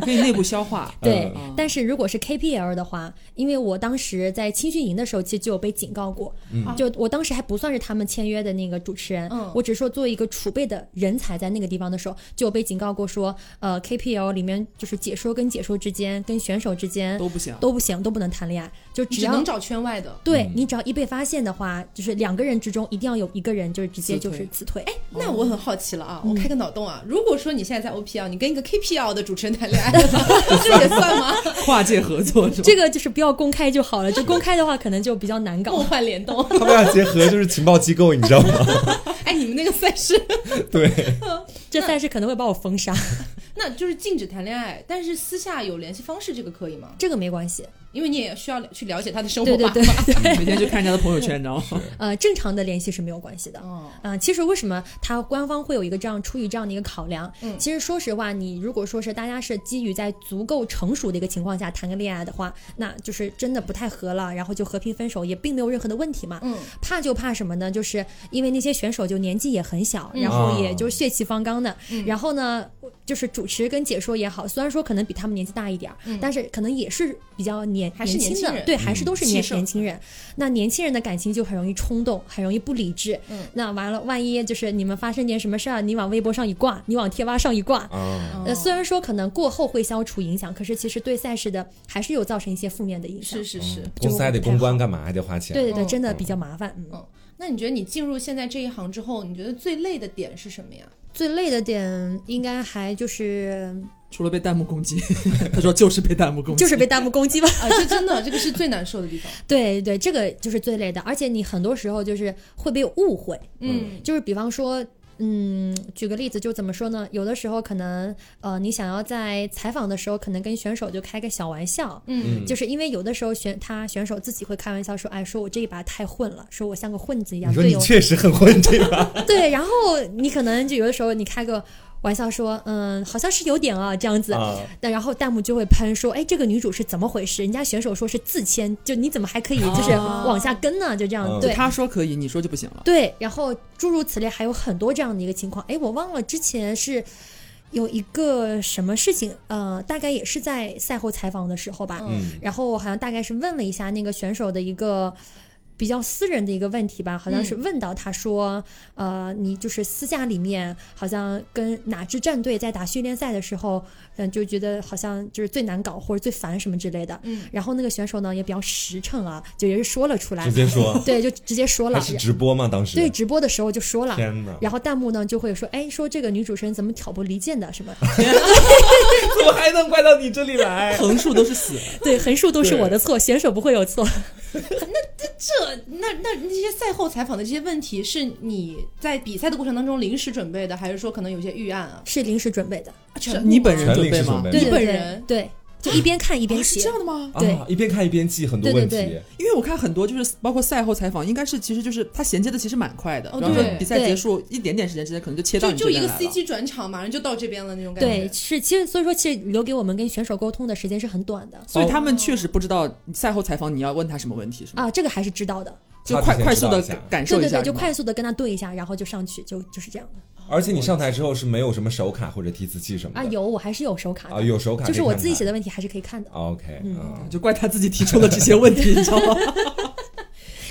你可以内部消化。对嗯，哦但是如果是 KPL 的话，因为我当时在青训营的时候，其实就有被警告过，就我当时还不算是他们签约的那个主持人，哦嗯我只是说作为一个储备的人才，在那个地方的时候，就有被警告过说，呃，KPL 里面就是解说跟解说之间，跟选手之间都不行，都不行，都不能谈恋爱，就你只只要能找圈外的。对你只要一被发现的话，就是两个人之中一定要有一个人就是直接就是辞退。哎，那我很好奇了嗯啊，我开个脑洞啊，如果说你现在在 OPL，你跟一个 KPL 的主持人谈恋 爱，这也算吗？跨界合作是吧？这个就是不要公开就好了，就公开的话可能就比较难搞梦。幻联动。 他们俩结合就是情报机构，你知道吗？ 哎，你们那个赛事，对，这赛事可能会把我封杀，那就是禁止谈恋爱，但是私下有联系方式，这个可以吗？这个没关系。因为你也需要了去了解他的生活对对吧。对，每天就看人家的朋友 圈，你知道吗？呃，正常的联系是没有关系的。哦嗯、其实为什么它官方会有一个这样出于这样的一个考量？嗯其实说实话，你如果说是大家是基于在足够成熟的一个情况下谈个恋爱的话，那就是真的不太合了，然后就和平分手也并没有任何的问题嘛。嗯，怕就怕什么呢？就是因为那些选手就年纪也很小，嗯然后也就是血气方刚的，然后呢，就是主持跟解说也好，虽然说可能比他们年纪大一点儿，嗯但是可能也是比较年还是轻年轻的，人对，还是都是年气盛年轻人。那年轻人的感情就很容易冲动，很容易不理智。嗯那完了，万一就是你们发生点什么事儿，你往微博上一挂，你往贴吧上一挂。啊，哦呃，虽然说可能过后会消除影响，可是其实对赛事的还是有造成一些负面的影响。是是是。公司还得公关，干嘛还得花钱？对对对，嗯真的比较麻烦。嗯，嗯那你觉得你进入现在这一行之后，你觉得最累的点是什么呀？最累的点应该还就是除了被弹幕攻击， 他说就是被弹幕攻击，就是被弹幕攻击 吧。啊，这真的，这个是最难受的地方。对对，这个就是最累的，而且你很多时候就是会被误会， 嗯就是比方说。嗯，举个例子，就怎么说呢？有的时候可能，呃，你想要在采访的时候，可能跟选手就开个小玩笑，嗯嗯就是因为有的时候选他选手自己会开玩笑说，哎，说我这一把太混了，说我像个混子一样，你说队你友确实很混这个， 对，然后你可能就有的时候你开个玩笑说，嗯，好像是有点啊这样子，啊那然后弹幕就会喷说，哎，这个女主是怎么回事？人家选手说是自签，就你怎么还可以就是往下跟呢？就这样，嗯对。他说可以，你说就不行了。对，然后诸如此类还有很多这样的一个情况。哎，我忘了之前是有一个什么事情，呃，大概也是在赛后采访的时候吧，嗯然后我好像大概是问了一下那个选手的一个。比较私人的一个问题吧，好像嗯是问到他说，呃，你就是私下里面好像跟哪支战队在打训练赛的时候，嗯，就觉得好像就是最难搞或者最烦什么之类的。嗯然后那个选手呢也比较实诚啊，就也是说了出来直，接 说，对，就直接说还了。是直播吗？当时对，直播的时候就说了，天哪，然后弹幕呢就会说，哎，说这个女主持人怎么挑拨离间的 什么？怎么还能怪到你这里来？ 横竖都是死，对，横竖都是我的错，选手不会有错。 这那那那些赛后采访的这些问题，是你在比赛的过程当中临时准备的，还是说可能有些预案啊？是临时准备的，全你本人全准临备时吗准？备对你对本对人对，就一边看一边啊是写这。样的吗？啊对，一边看一边记很多对问对题，因为我看很多就是包括赛后采访，应该是其实就是他衔接的其实蛮快的，哦然后对比赛结束一点点时间之间可能就切到就你就这一边个来了。哦 CG 转场，马上就到这边了那种感觉。对，是其实所以说，其实留给我们跟选手沟通的时间是很短的所以他们确实不知道赛后采访你要问他什么问题，是吗？啊，这个还是知道的。就他快提前快知速道的一下感对受一对下，对，就快速的跟他对一下，然后就上去，就就是这样的而且你上台之后是没有什么手卡或者提词器什么的啊。有，我还是有手卡的，啊有手卡就是我自可以看己看写的问题还是可以看的。 OK，嗯，就怪他自己提出的这些问题， 你知道吗？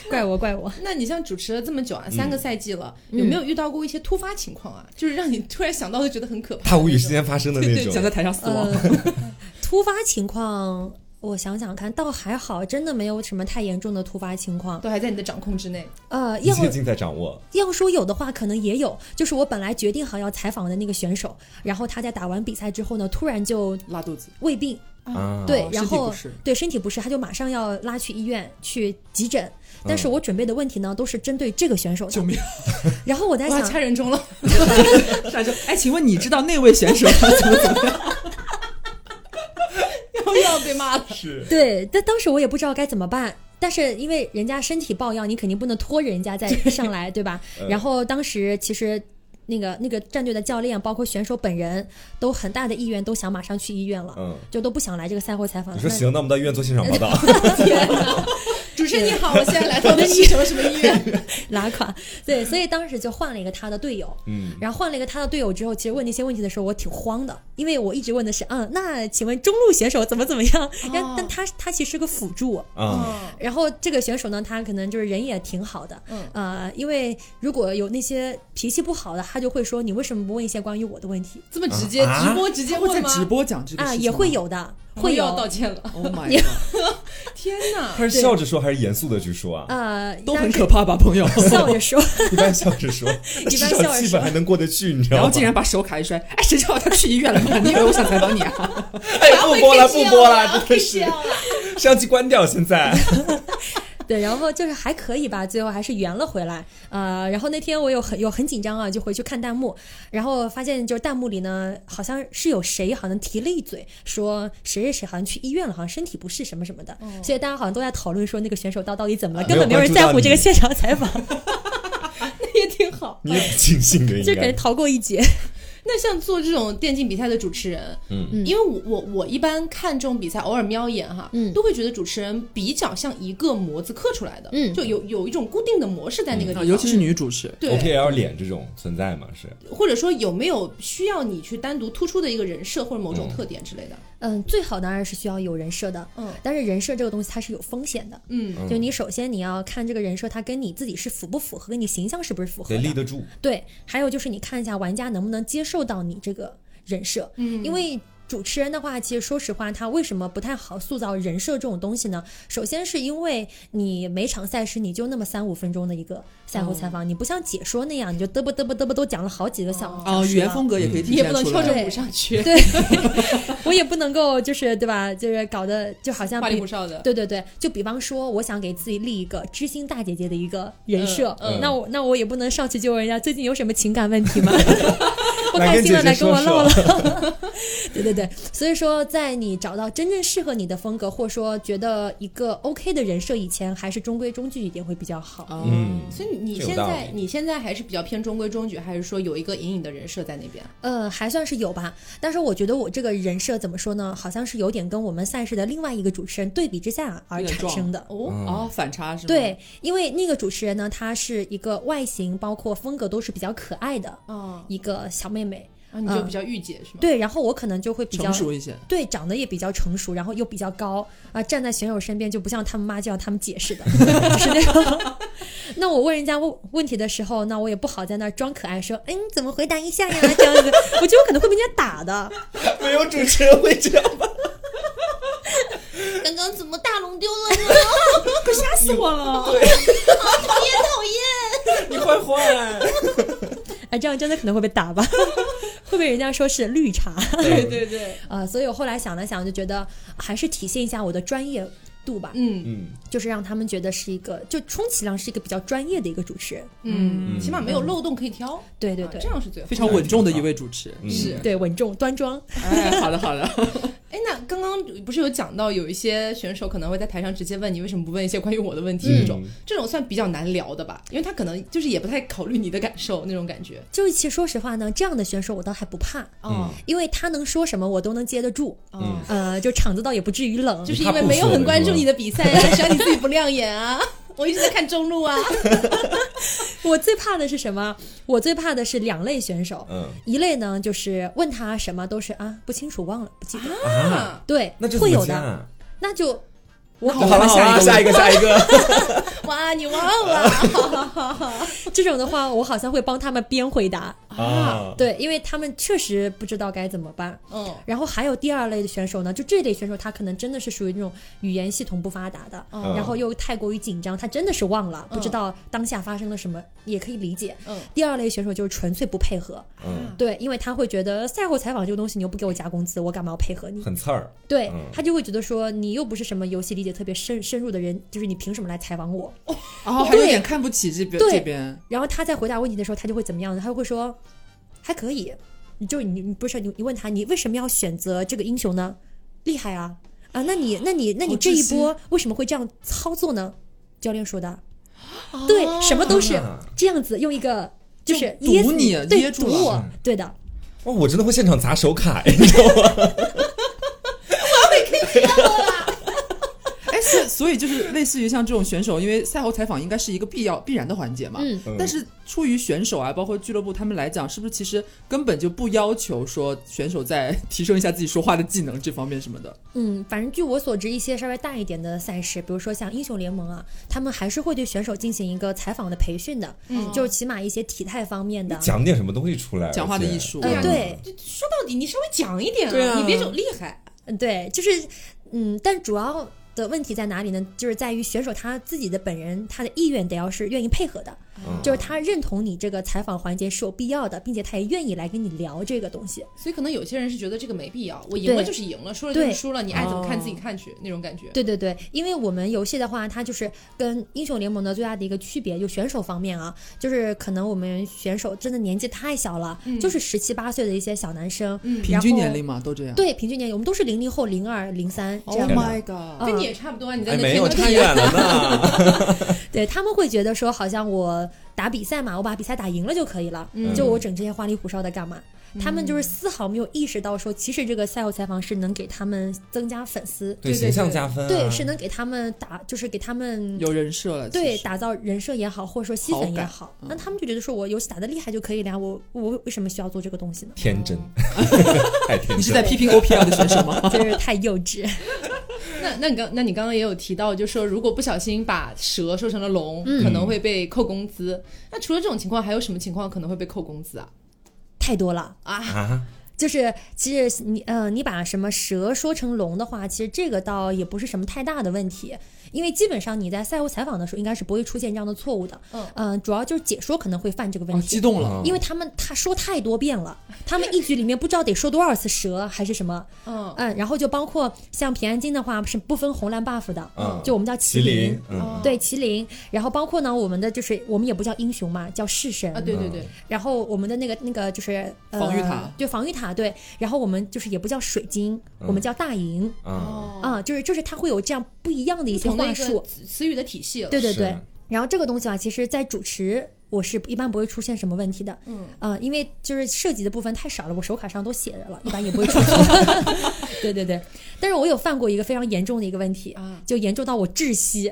怪我，怪我。那你像主持了这么久啊，三个赛季了，有没有遇到过一些突发情况啊？就是让你突然想到就觉得很可怕的那种？ 大无语之间发生的那对，想在种，台上死亡。呃， 突发情况，我想想看，倒还好，真的没有什么太严重的突发情况。都还在你的掌控之内。呃，一要切尽在掌握。要说有的话，可能也有，就是我本来决定好要采访的那个选手，然后他在打完比赛之后呢，突然就拉肚子，胃病，啊，嗯嗯对身，体然后不适对身体不适，他就马上要拉去医院去急诊。但是我准备的问题呢，都是针对这个选手的。嗯救命！然后 我在哇，想掐，人中了！上来就哎，请问你知道那位选手他怎么怎么样？又要被骂了。对，但当时我也不知道该怎么办。但是因为人家身体抱恙，你肯定不能拖着人家再上来，对吧？嗯然后当时其实那个那个战队的教练，包括选手本人，都很大的意愿都想马上去医院了，嗯，就都不想来这个赛后采访你了。说行，那我们到医院做现场报道。 主持人你好，我现在来到的是什么什么医院？那拉垮，对，所以当时就换了一个他的队友。嗯，然后换了一个他的队友之后，其实问那些问题的时候，我挺慌的，因为我一直问的是，嗯，那请问中路选手怎么怎么样？然后但他他其实是个辅助，啊，哦然后这个选手呢，他可能就是人也挺好的，嗯呃，因为如果有那些脾气不好的，他就会说你为什么不问一些关于我的问题这么直接，啊直播直接他会 在问吗？直播讲这个事啊？情吗也会。有的，我会又有要道歉了。 Oh my god，天哪！他是笑着说还是严肃的去说啊？呃，都很但是可怕吧，朋友？ 笑着说， 一般笑着说，那至般少笑着气氛说还能过得去，你知然后道吗？竟然把手卡一摔，哎，谁知道他去医院了吗？你以为我想采访你 啊？哎，哦不播了，不播了，真的这是样了，摄像机关掉，现在 对，然后就是还可以吧，最后还是圆了回来。呃，然后那天我有很有很紧张啊，就回去看弹幕，然后发现就是弹幕里呢，好像是有谁好像提了一嘴，说谁谁谁好像去医院了，好像身体不适什么什么的，所以大家好像都在讨论说那个选手到到底怎么了，根本啊没没有关有人注在到乎这你个现场采访， 也挺好。你也挺庆幸的，就应感觉该。逃过一劫。那像做这种电竞比赛的主持人，嗯因为我我我一般看这种比赛，偶尔瞄一眼哈，嗯都会觉得主持人比较像一个模子刻出来的，嗯就有有一种固定的模式在那个地啊方，尤其是女主持，对 OKL 脸这种存在吗？是或者说有没有需要你去单独突出的一个人设或者某种特点之类的？嗯，最好当然是需要有人设的，嗯但是人设这个东西它是有风险的，嗯，就你首先你要看这个人设它跟你自己是符不符合，跟你形象是不是符合得的，立得住，对，还有就是你看一下玩家能不能接受到你这个人设，嗯，因为。主持人的话，其实说实话，他为什么不太好塑造人设这种东西呢？首先是因为你每场赛事你就那么三五分钟的一个赛后采访，你不像解说那样，你就嘚啵嘚啵嘚啵都讲了好几个小哦，语言风格也可以嗯体你也现不出能来。跳着着舞上去，对，我也不能够就是对吧？就是搞得就好像花里比胡哨的。对对对，就比方说，我想给自己立一个知心大姐姐的一个人设，嗯嗯那我那我也不能上去就问人家最近有什么情感问 题吗？不来开跟心姐了， 姐来跟说我唠说唠。。对对对，所以说，在你找到真正适合你的风格，或者说觉得一个 OK 的人设以前，还是中规中矩一点会比较好。哦嗯，所以你这有现道理在你现在还是比较偏中规中矩，还是说有一个隐隐的人设在那边？呃，还算是有吧，但是我觉得我这个人设怎么说呢，好像是有点跟我们赛事的另外一个主持人对比之下而有点产撞生的。哦，嗯哦，反差是吗？对，因为那个主持人呢，她是一个外形包括风格都是比较可爱的哦，一个小妹妹。啊你就嗯比较御姐是吗？对，然后我可能就会比较成熟一些。对，长得也比较成熟，然后又比较高啊、站在选手身边就不像他们妈就让他们解释的，是那种。 那我问人家问问题的时候，那我也不好在那儿装可爱，说，哎，你怎么回答一下呀？这样子，我觉得我可能会被人家打的。没有主持人会这样吧？刚刚怎么大龙丢了 呢？吓死我了！你坏坏。哎，这样真的可能会被打吧？ 会被人家说是绿茶。 对对对，呃，所以我后来想了想，就觉得还是体现一下我的专业度吧，嗯嗯，就是让他们觉得是一个，就充其量是一个比较专业的一个主持人。嗯，起码没有漏洞可以挑。对对啊对这，样是最好非。常稳重的一位主持。嗯是对稳重端庄。哎，好的好的，哎，那刚刚不是有讲到有一些选手可能会在台上直接问你为什么不问一些关于我的问题这种，这种算比较难聊的吧？因为他可能就是也不太考虑你的感受那种感觉。就其实说实话呢，这样的选手我倒还不怕，哦因为他能说什么我都能接得住，哦，呃，就场子倒也不至于冷。就是因为没有很关注你的比赛啊，谁让你自己不亮眼啊？我一直在看中路啊，我最怕的是什么？我最怕的是两类选手，嗯一类呢就是问他什么都是啊不清楚忘了不记得，啊，对那这，怎会么有加的，啊？那就 我好了好了，下一个下一个， 哇，你忘了这种的话，我好像会帮他们编回答，啊，对，因为他们确实不知道该怎么办。嗯然后还有第二类的选手呢，就这类选手，他可能真的是属于那种语言系统不发达的，嗯然后又太过于紧张，他真的是忘了，不知道当下发生了什么，也可以理解。嗯第二类选手就是纯粹不配合，嗯，对，因为他会觉得赛后采访这个东西你又不给我加工资，我干嘛要配合你？很刺儿，对嗯他就会觉得说你又不是什么游戏理解特别深深入的人，就是你凭什么来采访我？然哦后还有点看不起这边对这边，然后他在回答问题的时候，他就会怎么样呢？他就会说，还可以，你就你你不是你你问他你为什么要选择这个英雄呢？厉害啊啊！那你那你那你好这窒一息波为什么会这样操作呢？教练说的，对，什么都是啊这样子，用一个就是哦就堵噎死你对，噎住堵了嗯我，对的。哇，哦我真的会现场砸手卡， 你知道吗？哎，所以所以就是类似于像这种选手，因为赛后采访应该是一个必要必然的环节嘛。嗯但是出于选手啊，包括俱乐部他们来讲，是不是其实根本就不要求说选手在 提升一下自己说话的技能这方面什么的？嗯，反正据我所知，一些稍微大一点的赛事，比如说像英雄联盟啊，他们还是会对选手进行一个采访的培训的，嗯就是起码一些体态方面的。讲点什么东西出来，讲话的而且艺术呃，对，说到底，你稍微讲一点对啊你别总厉害。嗯，对，就是，嗯，但主要的问题在哪里呢？就是在于选手他自己的本人，他的意愿得要是愿意配合的，嗯就是他认同你这个采访环节是有必要的，并且他也愿意来跟你聊这个东西。所以可能有些人是觉得这个没必要，我赢了对就是赢了，输了就是对输了，你爱怎么看自己哦看去那种感觉。对对对，因为我们游戏的话，它就是跟英雄联盟的最大的一个区别，就选手方面啊，就是可能我们选手真的年纪太小了，就是十七八岁的一些小男生，嗯平均然后年龄嘛，都这样。对平均年龄，我们都是零零后、零二、零三这 Oh 样。 my god！跟你也差不多啊，你在哎，那没天有都差远了呢，对他们会觉得说，好像我打比赛嘛，我把比赛打赢了就可以了，嗯就我整这些花里胡哨的干嘛？他们就是丝毫没有意识到说，其实这个赛后采访是能给他们增加粉丝，对对形象加分啊，？对，是能给他们打，就是给他们有人设了，对其实打造人设也好，或者说吸粉也好，嗯那他们就觉得说我游戏打得厉害就可以了，我我为什么需要做这个东西呢 天真，太天真了。你是在批评 OPL 的选手 吗？就是太幼稚。那那你刚那你刚刚也有提到，就说如果不小心把蛇说成了龙，可能会被扣工资。那除了这种情况，还有什么情况可能会被扣工资啊？太多了，啊，啊？就是其实你呃，你把什么蛇说成龙的话，其实这个倒也不是什么太大的问题，因为基本上你在赛后采访的时候，应该是不会出现这样的错误的。嗯呃主要就是解说可能会犯这个问哦，题，激动嗯了。因为他们他说太多遍了，他们一局里面不知道得说多少次蛇还是什么，嗯，嗯，然后就包括像平安京的话是不分红蓝 buff 的，嗯就我们叫麒麟，麟，哦嗯，对麒麟，然后包括呢我们的就是我们也不叫英雄嘛，叫式神，啊，对对对，然后我们的那个那个就是、呃、防御塔对防御塔对，然后我们就是也不叫水晶，嗯我们叫大银哦啊，啊、就是就是它会有这样不一样的一不些同的话一个术，词词语的体系了。对对是对。然后这个东西啊，其实在主持我是一般不会出现什么问题的，嗯，呃，因为就是涉及的部分太少了，我手卡上都写着了，一般也不会出错。对对对，但是我有犯过一个非常严重的一个问题，啊就严重到我窒息，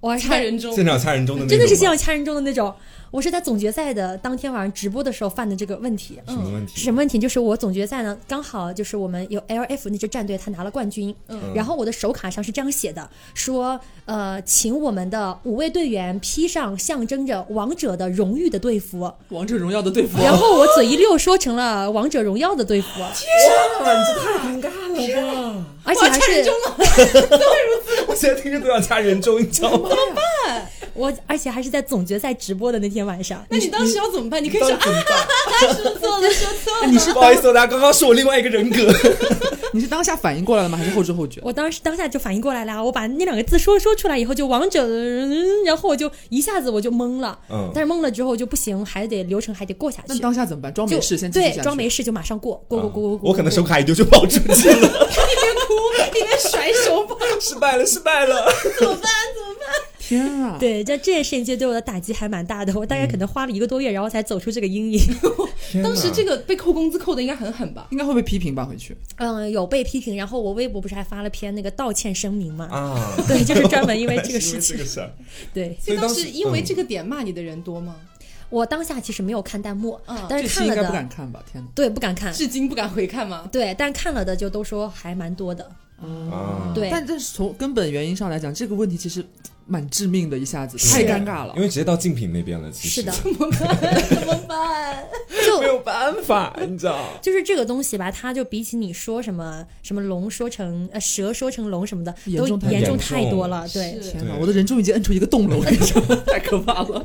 我还是掐人中现场掐人中的那真的是种像吗掐人中的那种。我是在总决赛的当天晚上直播的时候犯的这个问题。什么问题？是什么问题？就是我总决赛呢，刚好就是我们有 LF 那支战队，他拿了冠军。嗯然后我的手卡上是这样写的，说呃，请我们的五位队员披上象征着王者的荣誉的队服。王者荣耀的队服，然后我嘴一溜说成了王者荣耀的队服，而且还掐人是中了，我现在听着都要掐人中，你知道吗？我而且还是在总决赛直播的那天晚上。那你当时要怎么办？你可以说到底怎么办？啊，说错了，说错 了。你是不好意思，大家刚刚是我另外一个人格。你是当下反应过来了吗？还是后知后觉？我当时当下就反应过来了，我把那两个字说说出来以后，就王者，嗯然后我就一下子我就懵了。嗯但是懵了之后就不行，还得流程还得过下那去。当下怎么办？装没就事，先继续对下，去装没事就马上过，过过过过过。嗯我可能过手卡一丢就跑出去了，一边哭一边甩手把， 失败了，失败了。怎么办？怎么办？天啊！对，这这件事情就对我的打击还蛮大的，我大概可能花了一个多月，然后才走出这个 阴影。当时这个被扣工资扣的应该很狠吧？应该会被批评吧？回去嗯，有被批评，然后我微博不是还发了篇那个道歉声明嘛？啊，对，就是专门因为这个 事这情个。事儿，对所以当时所以当时因为这个点骂你的人多吗？我当下其实没有看弹幕，嗯但这是期呃应看了该的，不敢看吧？天哪！对，不敢看，至今不敢回看吗？对，但看了的就都说还蛮多的，啊对。嗯但但是从根本原因上来讲，这个问题其实蛮致命的，一下子是太尴尬了因。为直接到竞品那边了，其实是的，怎么办？没有办法，你知 道。就是这个东西吧，它就比起你说什么什么龙说成呃蛇说成龙什么的，严都重太严重严太重多了。对是天哪！对我的人中已经摁出一个洞了，我跟你说，太可怕了。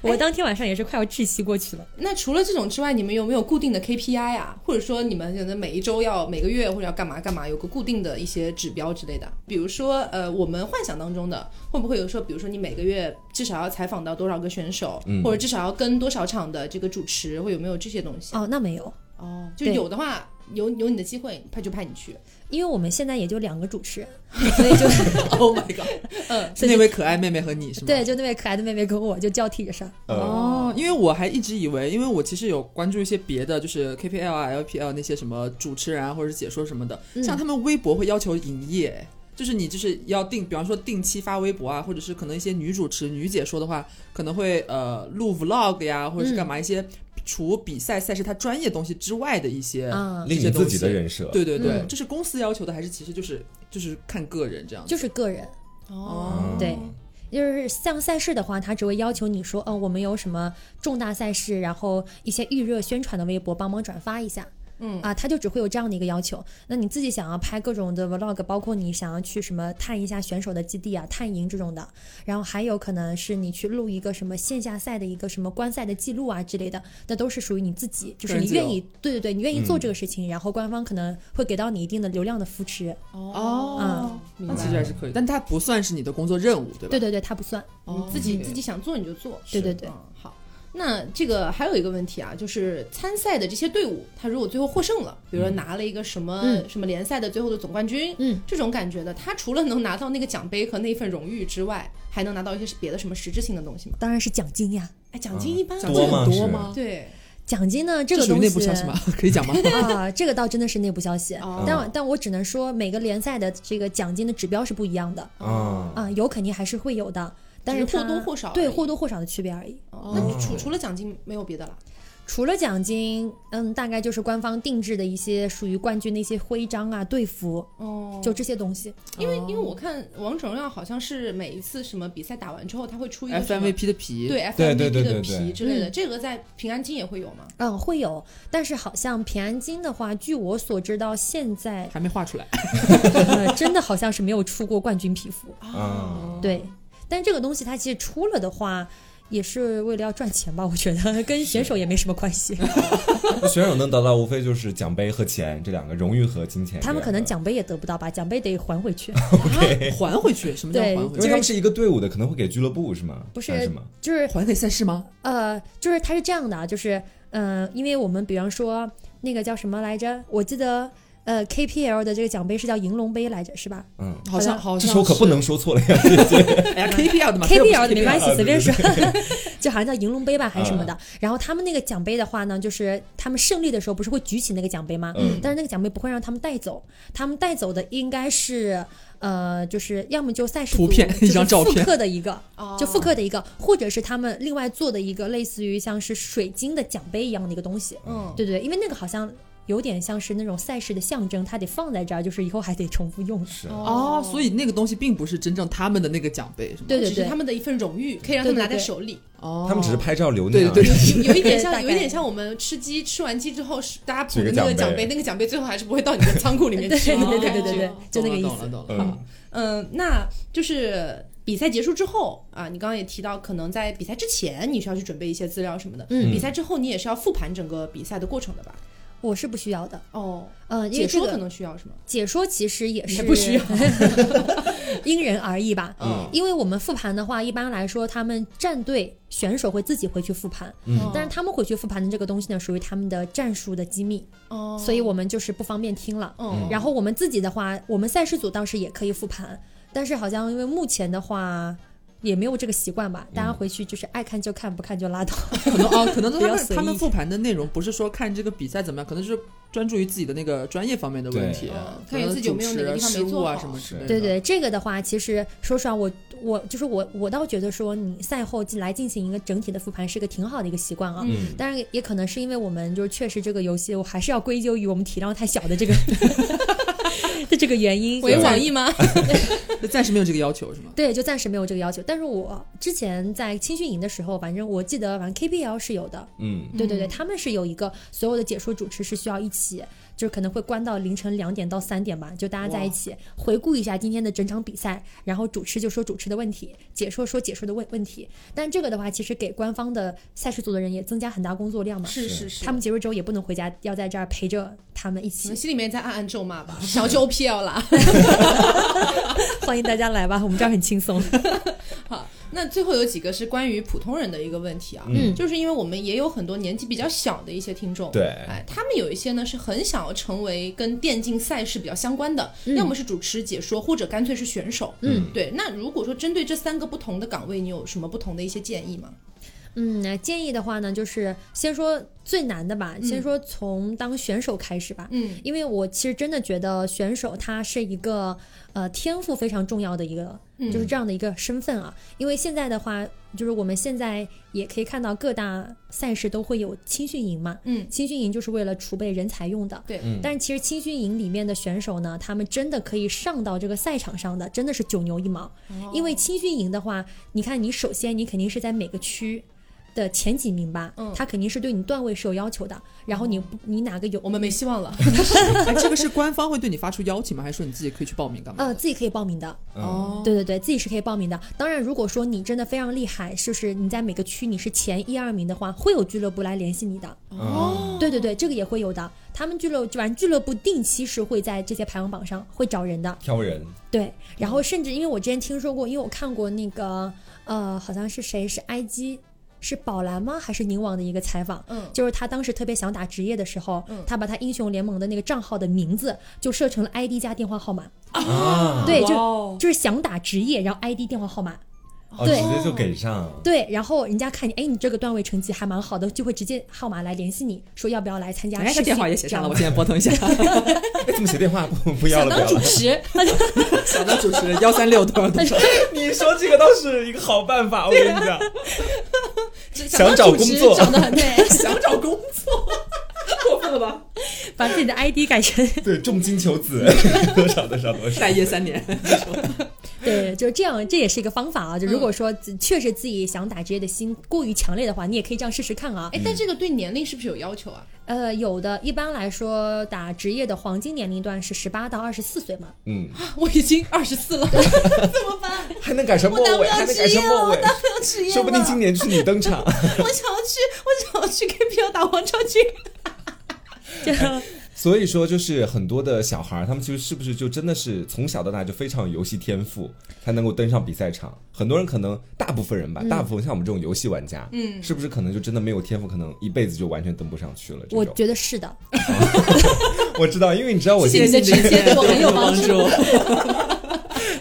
我当天晚上也是快要窒息过去了。那除了这种之外，你们有没有固定的 KPI 啊？或者说你们可能每一周要、每个月或者要干嘛干嘛，有个固定的一些指标之类的？比如说，呃，我们幻想当中的会不会有说，比如说你每个月至少要采访到多少个选手，嗯或者至少要跟多少场的这个主持，会有没有这些东西？哦，那没有，哦，就对有的话，有有你的机会，派就派你去。因为我们现在也就两个主持人，所以就 Oh my god！嗯，是那位可爱妹妹和你是吗？对，就那位可爱的妹妹跟我就交替着上。呃，哦，因为我还一直以为，因为我其实有关注一些别的，就是 KPL 啊、LPL 那些什么主持人啊，或者是解说什么的，嗯像他们微博会要求营业。就是你就是要定，比方说定期发微博啊，或者是可能一些女主持、女解说的话，可能会呃录 vlog 呀，或者是嗯干嘛一些除比赛赛事它专业东西之外的一些啊立呃你自己的人设，对对对，这是公司要求的，还是其实就是就是看个人这样子？就是个人，哦，嗯对就是像赛事的话，他只会要求你说，哦，我们有什么重大赛事，然后一些预热宣传的微博帮忙转发一下。嗯啊，他就只会有这样的一个要求。那你自己想要拍各种的 vlog，包括你想要去什么探一下选手的基地啊、探营这种的，然后还有可能是你去录一个什么线下赛的一个什么观赛的记录啊之类的，那都是属于你自己，就个是人你自由嗯愿意，对对对，你愿意做这个事情，然后官方可能会给到你一定的流量的扶持。嗯哦，明那白其实还是可以，但它不算是你的工作任务，对吧？对对对，它不算。你自己自己想做你就做，哦对对对嗯，好。那这个还有一个问题啊，就是参赛的这些队伍，他如果最后获胜了，比嗯如说拿了一个什么、嗯什么联赛的最后的总冠军，嗯，这种感觉的，他除了能拿到那个奖杯和那份荣誉之外，还能拿到一些别的什么实质性的东西吗？当然是奖金呀，哎，奖金一般讲啊多究吗很多是吗？对，奖金呢这个属于东西内部消息吗？ 可以讲吗？啊，这个倒真的是内部 消息。哦但但我只能说，每个联赛的这个奖金的指标是不一样的啊，啊，有肯定还是会有的，但是只是或它多或少而已对或多或少的区别而已。哦嗯那除除了奖金没有别的了，除了奖金，嗯，大概就是官方定制的一些属于冠军的一些徽章啊、队服，哦就这嗯些东西。因为因为我看王者荣耀好像是每一次什么比赛打完之后，他会出一个什么 FMVP 的皮，对对对 FMVP 对的对对皮之类的，嗯这个在平安京也会有吗？嗯，会有，但是好像平安京的话，据我所知，到现在、还没画出 来。呃真的好像是没有出过冠军皮肤。哦啊对，但这个东西它其实出了的话，也是为了要赚钱吧，我觉得跟选手也没什么关系。那选手能得到无非就是奖杯和钱这两个，荣誉和金钱。他们可这能两奖杯也得不到吧，奖杯得还回去。还回去？什么叫还对回个，因去为？他们是一个队伍的，可能会给俱乐部是吗？不是还是吗？就是还给赛事吗？呃，就是它是这样的啊，就是嗯、呃因为我们比方说那个叫什么来着，我记得呃 KPL 的这个奖杯是叫银龙杯来着，是吧嗯，好像好这像时候可不能说错了呀。是哎呀 KPL 的嘛？KPL 的没系。关啊系，随便说， 就好像叫银龙杯吧，还是什么的。啊然后他们那个奖杯的话呢，就是他们胜利的时候不是会举起那个奖杯吗？ 嗯但是那个奖杯不会让他们带走，他们带走的应该是呃，就是要么就赛事图组片就是一张照片复刻的一个，哦就复刻的一个，或者是他们另外做的一个类似于像是水晶的奖杯一样的一个东西，嗯，对对，因为那个好像有点像是那种赛事的象征，它得放在这儿，就是以后还得重复用。是哦，所以那个东西并不是真正他们的那个奖杯，是吗？对对只是对，他们的一份荣誉，可以让他们拿在手 里。哦，他们只是拍照留念对而已。对对，有有一点像，大概有一点像我们吃鸡，吃完鸡之后，是大家捧举的那个个奖奖杯杯，那个奖杯最后还是不会到你的仓库里面 对去。对对对哦对对对，就那个意懂了思。懂了懂了。嗯，嗯，那就是比赛结束之后啊，你刚刚也提到，可能在比赛之前你是要去准备一些资料什么的，嗯比赛之后你也是要复盘整个比赛的过程的吧？我是不需要的，哦，呃，因为解这说可个能需要是吗？解说其实也是也不需要 因人而异吧。哦嗯因为我们复盘的话，一般来说，他们战队选手会自己回去复盘，哦嗯但是他们回去复盘的这个东西呢，属于他们的战术的机密，哦，所以我们就是不方便听了。嗯，然后我们自己的话，我们赛事组倒是也可以复盘，但是好像因为目前的话。也没有这个习惯吧，大家回去就是爱看就看，不看就拉倒。可能哦，可能他比较们随意他们复盘的内容不是说看这个比赛怎么样，可能就是专注于自己的那个专业方面的问题啊对嗯，可能看自己有没有哪个地方没主持啊失误啊做好什么之类的。 对对，这个的话，其实说实话，我我就是我，我倒觉得说你赛后进来进行一个整体的复盘是一个挺好的一个习惯啊。嗯当然也可能是因为我们就是确实这个游戏，我还是要归咎于我们体量太小的这个的这个原因。为网易啊吗？那暂时没有这个要求是 吗？对，就暂时没有这个要求。但是我之前在青训营的时候，反正我记得，反正 KBL 是有的，嗯对对对，他们是有一个所有的解说主持是需要一起，就是可能会关到凌晨两点到三点吧，就大家在一起回顾一下今天的整场比赛，然后主持就说主持的问题，解说说解说的问问题。但这个的话，其实给官方的赛事组的人也增加很大工作量嘛。是是是是，他们结束之后也不能回家，要在这儿陪着他们一可起能。 心里面在暗暗咒骂吧，想要去 OPL 啦。欢迎大家来吧，我们这儿很轻 松。好，那最后有几个是关于普通人的一个问题啊，嗯就是因为我们也有很多年纪比较小的一些听众，对哎，他们有一些呢是很想要成为跟电竞赛事比较相关的，嗯要么是主持解说，或者干脆是选手，嗯，对。那如果说针对这三个不同的岗位，你有什么不同的一些建议吗？嗯，建议的话呢，就是先说最难的吧，嗯先说从当选手开始吧。嗯因为我其实真的觉得选手他是一个呃天赋非常重要的一个，嗯就是这样的一个身份啊。因为现在的话，就是我们现在也可以看到各大赛事都会有青训营嘛，嗯青训营就是为了储备人才用的。对嗯但其实青训营里面的选手呢，他们真的可以上到这个赛场上的，真的是九牛一毛。哦因为青训营的话，你看你首先你肯定是在每个区。的前几名吧，嗯哦他肯定是对你段位是有要求的。然后你不你哪个有我们没希望了，哎，这个是官方会对你发出邀请吗？还是说你自己可以去报名干嘛？呃，自己可以报名的，哦嗯对对对，自己是可以报名的。当然，如果说你真的非常厉害，就是你在每个区你是前一二名的话，会有俱乐部来联系你的。哦对对对，这个也会有的。他们俱乐反正俱乐部定期是会在这些排行榜上会找人的。挑人，对，然后甚至因为我之前听说过，因为我看过那个呃，好像是谁是 IG 是宝蓝吗？还是宁王的一个采访，嗯，就是他当时特别想打职业的时候，嗯他把他英雄联盟的那个账号的名字就设成了 ID 加电话号码，啊，对，就就就是想打职业，然后 ID 电话号码。哦，对直接就给上，对，然后人家看你，哎，你这个段位成绩还蛮好的，就会直接号码来联系你，说要不要来参加哎，试他训。电话也写上了，这我 样现在拨通一下。哎，怎么写电话 不不要想了？当主不要了，持，想当主持人幺三六多少多 少？ 你说这个倒是一个好办法，我跟你讲，当想找主工持作找的很 对，想找工作，过分了吧？把自己的 ID 改成，对，重金求子， 多少多少多少，待业三年，对，就是这样，这也是一个方法 嗯啊。就如果说自确实自己想打职业的心过于强烈的话，你也可以这样试试看啊。哎，但这个对年龄是不是有要求啊？呃，有的，一般来说打职业的黄金年龄段是十八到二十四岁嘛。嗯，啊我已经二十四 了，怎么办？还能赶上末我当不尾，了还能赶职业，上末尾我要职业了，说不定今年就是你登场。我想要去，我想要去 KPL 打王昭君。这样，所以说，就是很多的小孩儿，他们其实是不是就真的是从小到大就非常有游戏天赋，才能够登上比赛场？很多人可能，大部分人吧，大部分像我们这种游戏玩家，嗯是不是可能就真的没有天赋，可能一辈子就完全登不上去了？这我种觉得是的。我知道，因为你知道我谢今谢你的指直接接对我很有帮帮助。助。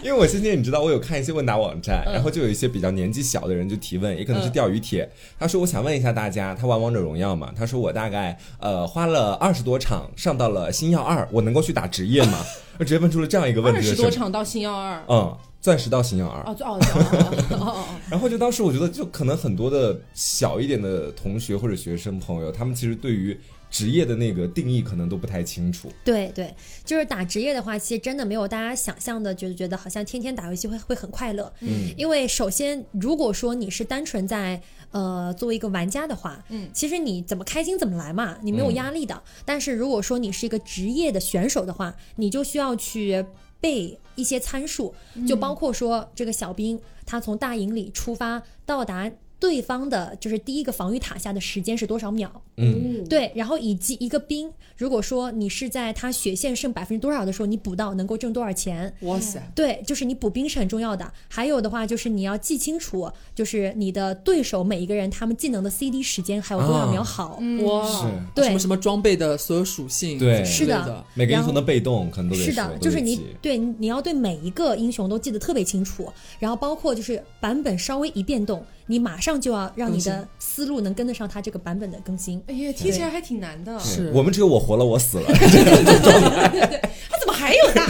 因为我今天你知道，我有看一些问答网嗯站，然后就有一些比较年纪小的人就提问，也可能是钓鱼帖。他说：“我想问一下大家，他玩王者荣耀嘛？他说我大概呃花了二十多场上到了星耀二，我能够去打职业吗？”我直接问出了这样一个 问二题的十时多候，场到星耀二，嗯，钻石到星耀二。哦，哦，哦哦哦哦，然后就当时我觉得，就可能很多的小一点的同学或者学生朋友，他们其实对于职业的那个定义可能都不太清楚。对对，就是打职业的话，其实真的没有大家想象的，觉得觉得好像天天打游戏会会很快乐。嗯，因为首先，如果说你是单纯在呃作为一个玩家的话，嗯其实你怎么开心怎么来嘛，你没有压力的。但是如果说你是一个职业的选手的话，你就需要去。背一些参数，就包括说这个小兵他从大营里出发到达。对方的就是第一个防御塔下的时间是多少秒？嗯，对，然后以及一个兵，如果说你是在他血线剩百分之多少的时候，你补到能够挣多少钱？哇塞，对，就是你补兵是很重要的。还有的话就是你要记清楚，就是你的对手每一个人他们技能的 CD 时间还有多少秒哦 啊好。嗯哇，嗯对什么什么装备的所有属性，对之类是的的，每个英然雄后的被动可能都得是说的，都就是得你记对你要对每一个英雄都记得特别清楚，然后包括就是版本稍微一变动，你马上就要让你的思路能跟得上它这个版本的更新。哎呀，听起来还挺难的。 对是嗯我们只有我活了，我死了。他怎么还有大？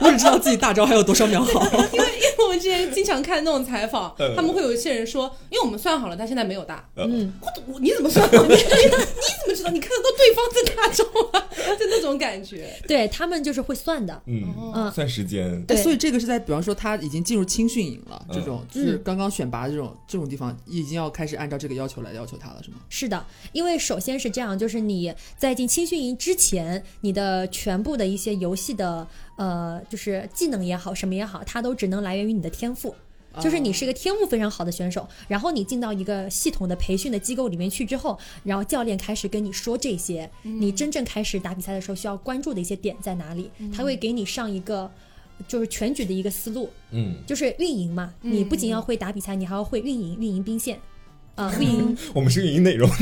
我只知道自己大招还有多少 秒哎好。因为因为我们之前经常看那种采访，他们会有一些人说，因为我们算好了，但现在没有大。嗯，我我你怎么算好？你你怎么知道？你看得到对方在大招吗？就那种感觉。对他们就是会算的，哦嗯，嗯，算时间。哎对所以这个是在，比方说他已经进入青训营了，这种就是嗯刚刚选拔这种这种地方，已经要开始按照这个要求来要求他了，是吗？是的，因为首先是这样，就是你在进青训营之前，你的全部的一些游戏的呃，就是技能也好，什么也好，它都只能来源于你的天赋。哦就是啊你是一个天赋非常好的选手，然后你进到一个系统的培训的机构里面去之后，然后教练开始跟你说这些，你真正开始打比赛的时候需要关注的一些点在哪里，他会给你上一个就是全局的一个思路，嗯，就是运营嘛，你不仅要会打比赛，你还要会运营，运营兵线，啊、运营我们是运营内容。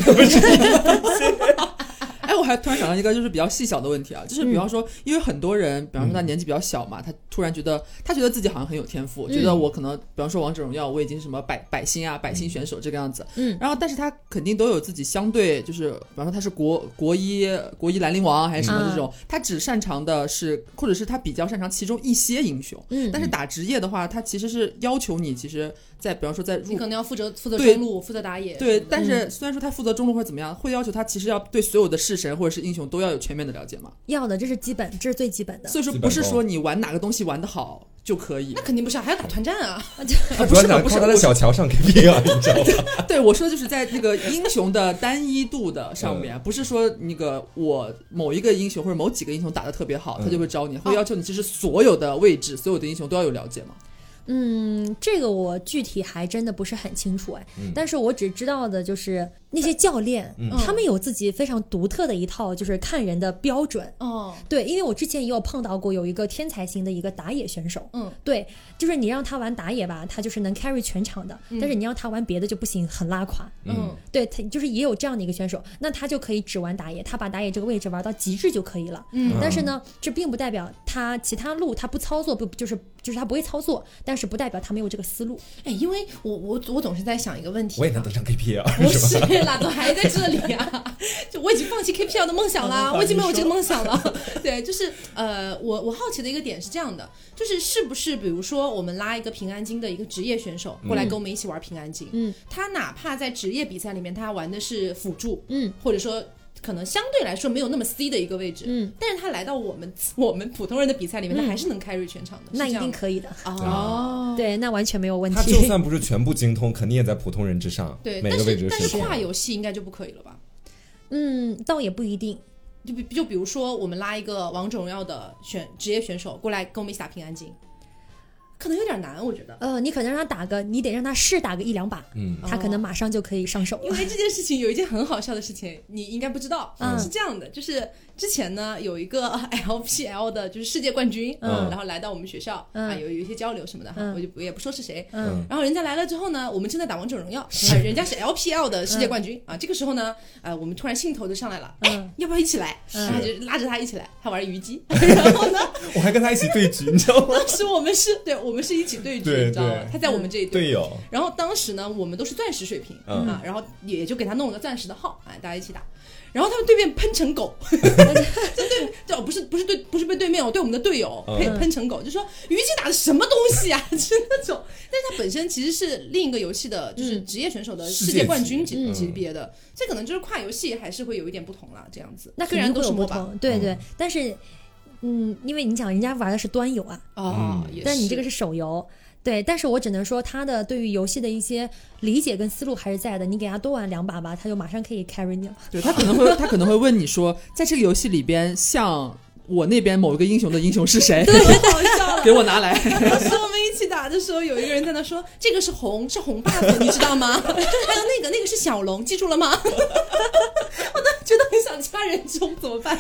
哎，我还突然想到一个就是比较细小的问题啊，就是比嗯方说，因为很多人，比方说他年纪比较小嘛，他突然觉得他觉得自己好像很有天赋，觉嗯得我可能，比方说王者荣耀，我已经是什么百百星啊、百星选手这个样子，嗯然后但是他肯定都有自己相对就是，比方说他是国国一国一兰陵王还是什嗯么这种，他只擅长的是，或者是他比较擅长其中一些英雄，嗯但是打职业的话，他其实是要求你，其实在比方说在入你可能要负责负责对中路，负责打野。对，但嗯是虽然说他负责中路或者怎么样，会要求他其实要对所有的式神或者是英雄都要有全面的了解嘛。要的，这是基本，这是最基本的。所以说基本不是功说你玩哪个东西玩的好就可以那，肯定不是，还要打团战啊！啊不主要是的想不是靠的他的我小桥上 KP 啊，你知道吗？对我说的就是在那个英雄的单一度的上嗯面，不是说那个我某一个英雄或者某几个英雄打的特别好，他嗯就会招你，会要求你其实所有的位置、所有的英雄都要有了解嘛。嗯，这个我具体还真的不是很清楚哎，但是我只知道的就是那些教练，他们有自己非常独特的一套，就是看人的标准。哦，对，因为我之前也有碰到过有一个天才型的一个打野选手，嗯，对，就是你让他玩打野吧，他就是能 carry 全场的，但是你让他玩别的就不行，很拉垮。嗯，对他就是也有这样的一个选手，那他就可以只玩打野，他把打野这个位置玩到极致就可以了。嗯但是呢，这并不代表他其他路他不操作，不就是就是他不会操作，但是不代表他没有这个思路。哎，因为我我我总是在想一个问题，我也能登上 KP 啊，不是是吧？啦，都还在这里啊！就我已经放弃 KPL 的梦想啦，我已经没有这个梦想了。 对，就是呃，我我好奇的一个点是这样的，就是是不是比如说我们拉一个平安京的一个职业选手过来跟我们一起玩平安京，嗯，他哪怕在职业比赛里面他玩的是辅助，嗯，或者说。可能相对来说没有那么 C 的一个位置，嗯，但是他来到我们 我们普通人的比赛里面，他嗯还是能 carry 全场的，那是一这样定的可以的，哦，对，那完全没有问他就题。算不是全部精通，肯定也在普通人之上。对，每但个位置是但是是跨游戏应该就不可以了吧？嗯，倒也不一定。就比就比如说，我们拉一个王者荣耀的选职业选手过来跟我们一起打平安京，可能有点难，我觉得。呃，你可能让他打个，你得让他试打个一两把，嗯他可能马上就可以上手哦因了。为这件事情有一件很好笑的事情，你应该不知道，嗯是这样的，就是之前呢有一个 LPL 的，就是世界冠军，嗯然后来到我们学校、嗯啊，有有一些交流什么的哈，嗯我就我也不说是谁，嗯然后人家来了之后呢，我们正在打王者荣耀，啊人家是 LPL 的世界冠军、啊。这个时候呢，呃，我们突然兴头就上来了，哎，要不要一起来？然后就拉着他一起来，他玩虞姬，然后呢，我还跟他一起对局，你知道吗？当时我们是对，我们是一起对局，对你知道吗对？他在我们这一队。队友，然后当时呢，我们都是钻石水平、嗯啊，然后也就给他弄了个钻石的号，哎，大家一起打。然后他们对面喷成狗， 就对，就不是不是对，不是被对面，我对我们的队友嗯喷、喷成狗，就说虞姬打的什么东西啊， 就是那种。但是他本身其实是另一个游戏的，就是嗯职业选手的世世界界冠级军级嗯级别的，这可能就是跨游戏还是会有一点不同啦，这样子。那虽肯然定都会是有不模板同，对对，但是。嗯，因为你想，人家玩的是端游啊，啊，嗯也但你这个 是是手游，对。但是我只能说，他的对于游戏的一些理解跟思路还是在的。你给他多玩两把哦吧，他就马上可以 carry 你了。对他可能会，他可能会问你说，在这个游戏里边，像我那边某一个英雄的英雄是谁，太好笑了给。我拿来。 当时我们一起打的时候，有一个人在那说：“这个是红，是红 buff，你知道吗？ 还有那个，那个是小龙，记住了吗？” 我当时觉得很想掐人中，怎么办？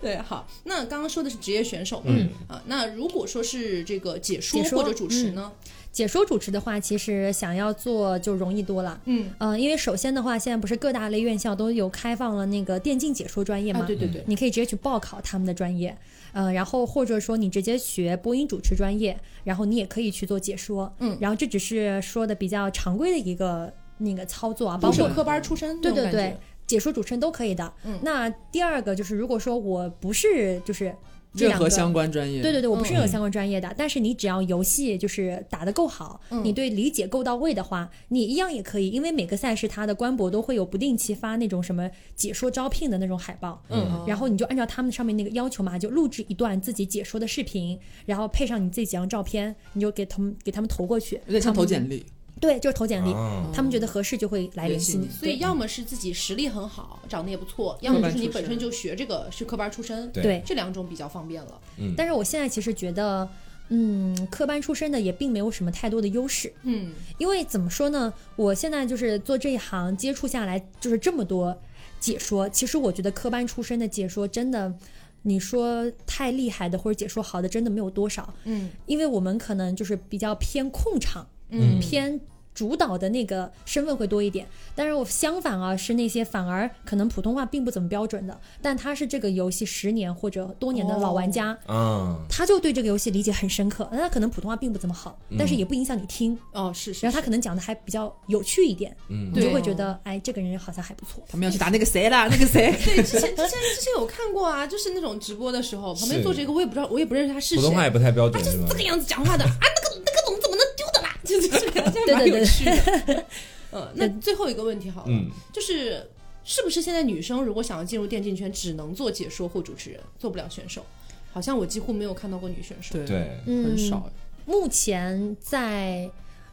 对，好，那刚刚说的是职业选手嘛，嗯啊，那如果说是这个解说解说或者主持呢，解说主持的话，其实想要做就容易多了。嗯呃，因为首先的话，现在不是各大类院校都有开放了那个电竞解说专业吗？啊，对对对，你可以直接去报考他们的专业，呃，然后或者说你直接学播音主持专业，然后你也可以去做解说，嗯然后这只是说的比较常规的一个那个操作啊，包不是括科班出身，对对对，，解说主持人都可以的。嗯那第二个就是，如果说我不是就是这任两何个。相关专业，对对对，我不是嗯有相关专业的，但是你只要游戏就是打得够好，嗯你对理解够到位的话，你一样也可以，因为每个赛事它的官博都会有不定期发那种什么解说招聘的那种海报，嗯，然后你就按照他们上面那个要求嘛，就录制一段自己解说的视频，然后配上你自己几张照片，你就给他们给他们投过去，有点像投简历。对，就是投哦简历，啊，他们觉得合适就会来联系联系你。你嗯所以对嗯要么是自己实力很好，长得也不错，要么就是你科班出身本身就学这个是科班出身，对对，这两种比较方便了。但是我现在其实觉得，嗯，科班出身的也并没有什么太多的优势，嗯，因为怎么说呢，我现在就是做这一行接触下来，就是这么多解说，其实我觉得科班出身的解说真的。你说太厉害的或者解说好的，真的没有多少。嗯，因为我们可能就是比较偏控场，嗯偏主导的那个身份会多一点。但是我相反啊，是那些反而可能普通话并不怎么标准的，但他是这个游戏十年或者多年的老玩家，啊，他就对这个游戏理解很深刻。那他可能普通话并不怎么好，但是也不影响你听。哦，是是，然后他是可能讲的还比较有趣一点，嗯你就对会觉得，哎，这个人好像还不错。他们要去打那个谁啦，那个谁，对，之前之前之前有看过啊，就是那种直播的时候，旁边坐着一个我也不知道，我也不认识他是普通话也谁，不太标他准就是是吗这？个样子讲话的啊，那个那个龙怎么能丢的啦？ 就是这样，这对样蛮有对趣的。嗯，那最后一个问题好了，嗯就是是不是现在女生如果想要进入电竞圈，只能做解说或主持人，做不了选手？好像我几乎没有看到过女选手。 对，对，很少。目前在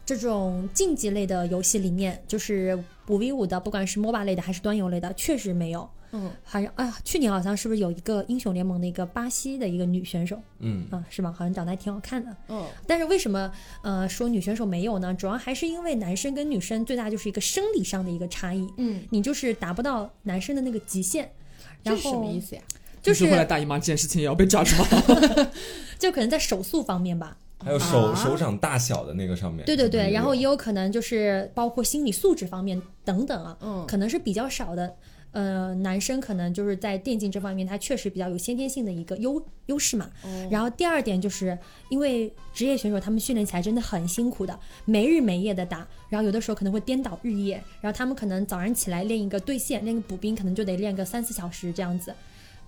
这种竞技类的游戏里面，就是五 v 五的，不管是 MOBA 类的还是端游类的，确实没有。嗯，好像啊，去年好像是不是有一个英雄联盟的一个巴西的一个女选手嗯啊，是吗？好像长得还挺好看的。嗯，但是为什么呃说女选手没有呢？主要还是因为男生跟女生最大就是一个生理上的一个差异，嗯，你就是达不到男生的那个极限。这然后是什么意思呀？就你是后来大姨妈这件事情也要被抓住 吗？就可能在手速方面吧，还有手啊手掌大小的那个上面，对对嗯对，然后也有有可能就是包括心理素质方面等等啊，嗯可能是比较少的。呃，男生可能就是在电竞这方面，他确实比较有先天性的一个优优势嘛。哦然后第二点就是因为职业选手他们训练起来真的很辛苦的，没日没夜的打，然后有的时候可能会颠倒日夜，然后他们可能早上起来练一个对线，练个补兵，可能就得练个三四小时这样子。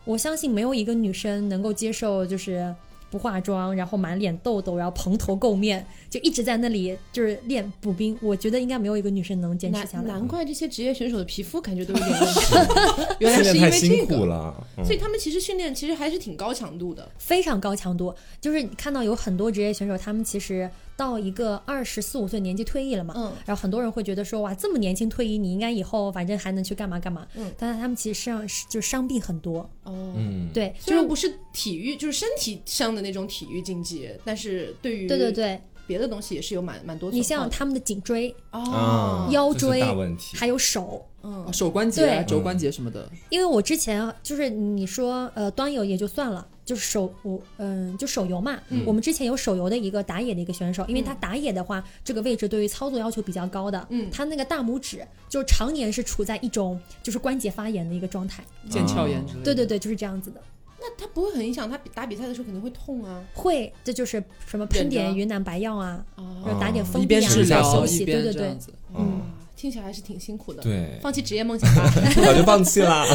我相信没有一个女生能够接受就是不化妆，然后满脸痘痘，然后蓬头垢面，就一直在那里就是练补兵。我觉得应该没有一个女生能坚持下难来。嗯难怪这些职业选手的皮肤感觉都有 点问题，原来训是练因太为辛这苦个。了，嗯所以他们其实训练其实还是挺高强度的，非常高强度，就是你看到有很多职业选手，他们其实到一个二十四五岁年纪退役了嘛，嗯然后很多人会觉得说哇，这么年轻退役，你应该以后反正还能去干嘛干嘛，嗯但是他们其实上就伤病很多，哦，嗯，对，虽然不是体育，就是身体上的那种体育竞技，但是对于对对对，别的东西也是有蛮蛮多损耗的。你像他们的颈椎、哦啊，腰这是椎大问题，还有手，嗯手关节啊、对肘关节什么的，因为我之前就是你说呃端游也就算了，就是手我嗯、就手游嘛、我们之前有手游的一个打野的一个选手，因为他打野的话，这个位置对于操作要求比较高的，嗯他那个大拇指就常年是处在一种就是关节发炎的一个状态，腱鞘炎之类的。对对对，就是这样子的。那他不会很影响他比打比赛的时候肯定会痛啊会，这就是什么喷忍着点云南白药啊，啊然后打点哦一封闭边啊，治这些疗东一西，边对对这样对，子，嗯，听起来还是挺辛苦的。，对，放弃职业梦想吧。早就放弃啦，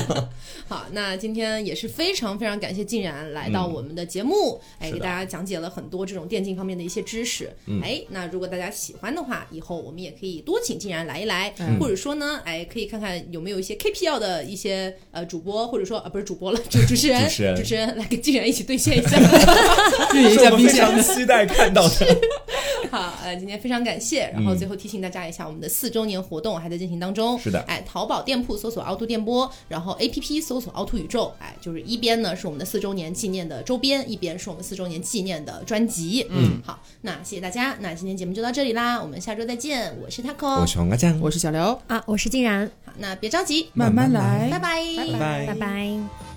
好，那今天也是非常非常感谢静然来嗯到我们的节目，哎，是的给大家讲解了很多这种电竞方面的一些知识。嗯哎，那如果大家喜欢的话，以后我们也可以多请静然来一来，嗯或者说呢，哎，可以看看有没有一些 KPL 的一些呃主播，或者说啊不是主播了，主主持人，主持人来跟静然一起兑现一下。运营一 这下我们 B 非站常期待看到的， 好，呃，今天非常感谢。然后最后提醒大家一下，我们的四周年活动还在进行当中。嗯是的哎，淘宝店铺搜索“凹凸电波”，然后 APP 搜索“凹凸宇宙”。哎，就是一边呢是我们的四周年纪念的周边，一边是我们四周年纪念的专辑。嗯，好，那谢谢大家，那今天节目就到这里啦，我们下周再见。我是 Taco，我是黄瓜酱，我是小刘，啊，我是静然，好，那别着急，慢慢来，拜拜，拜拜拜拜。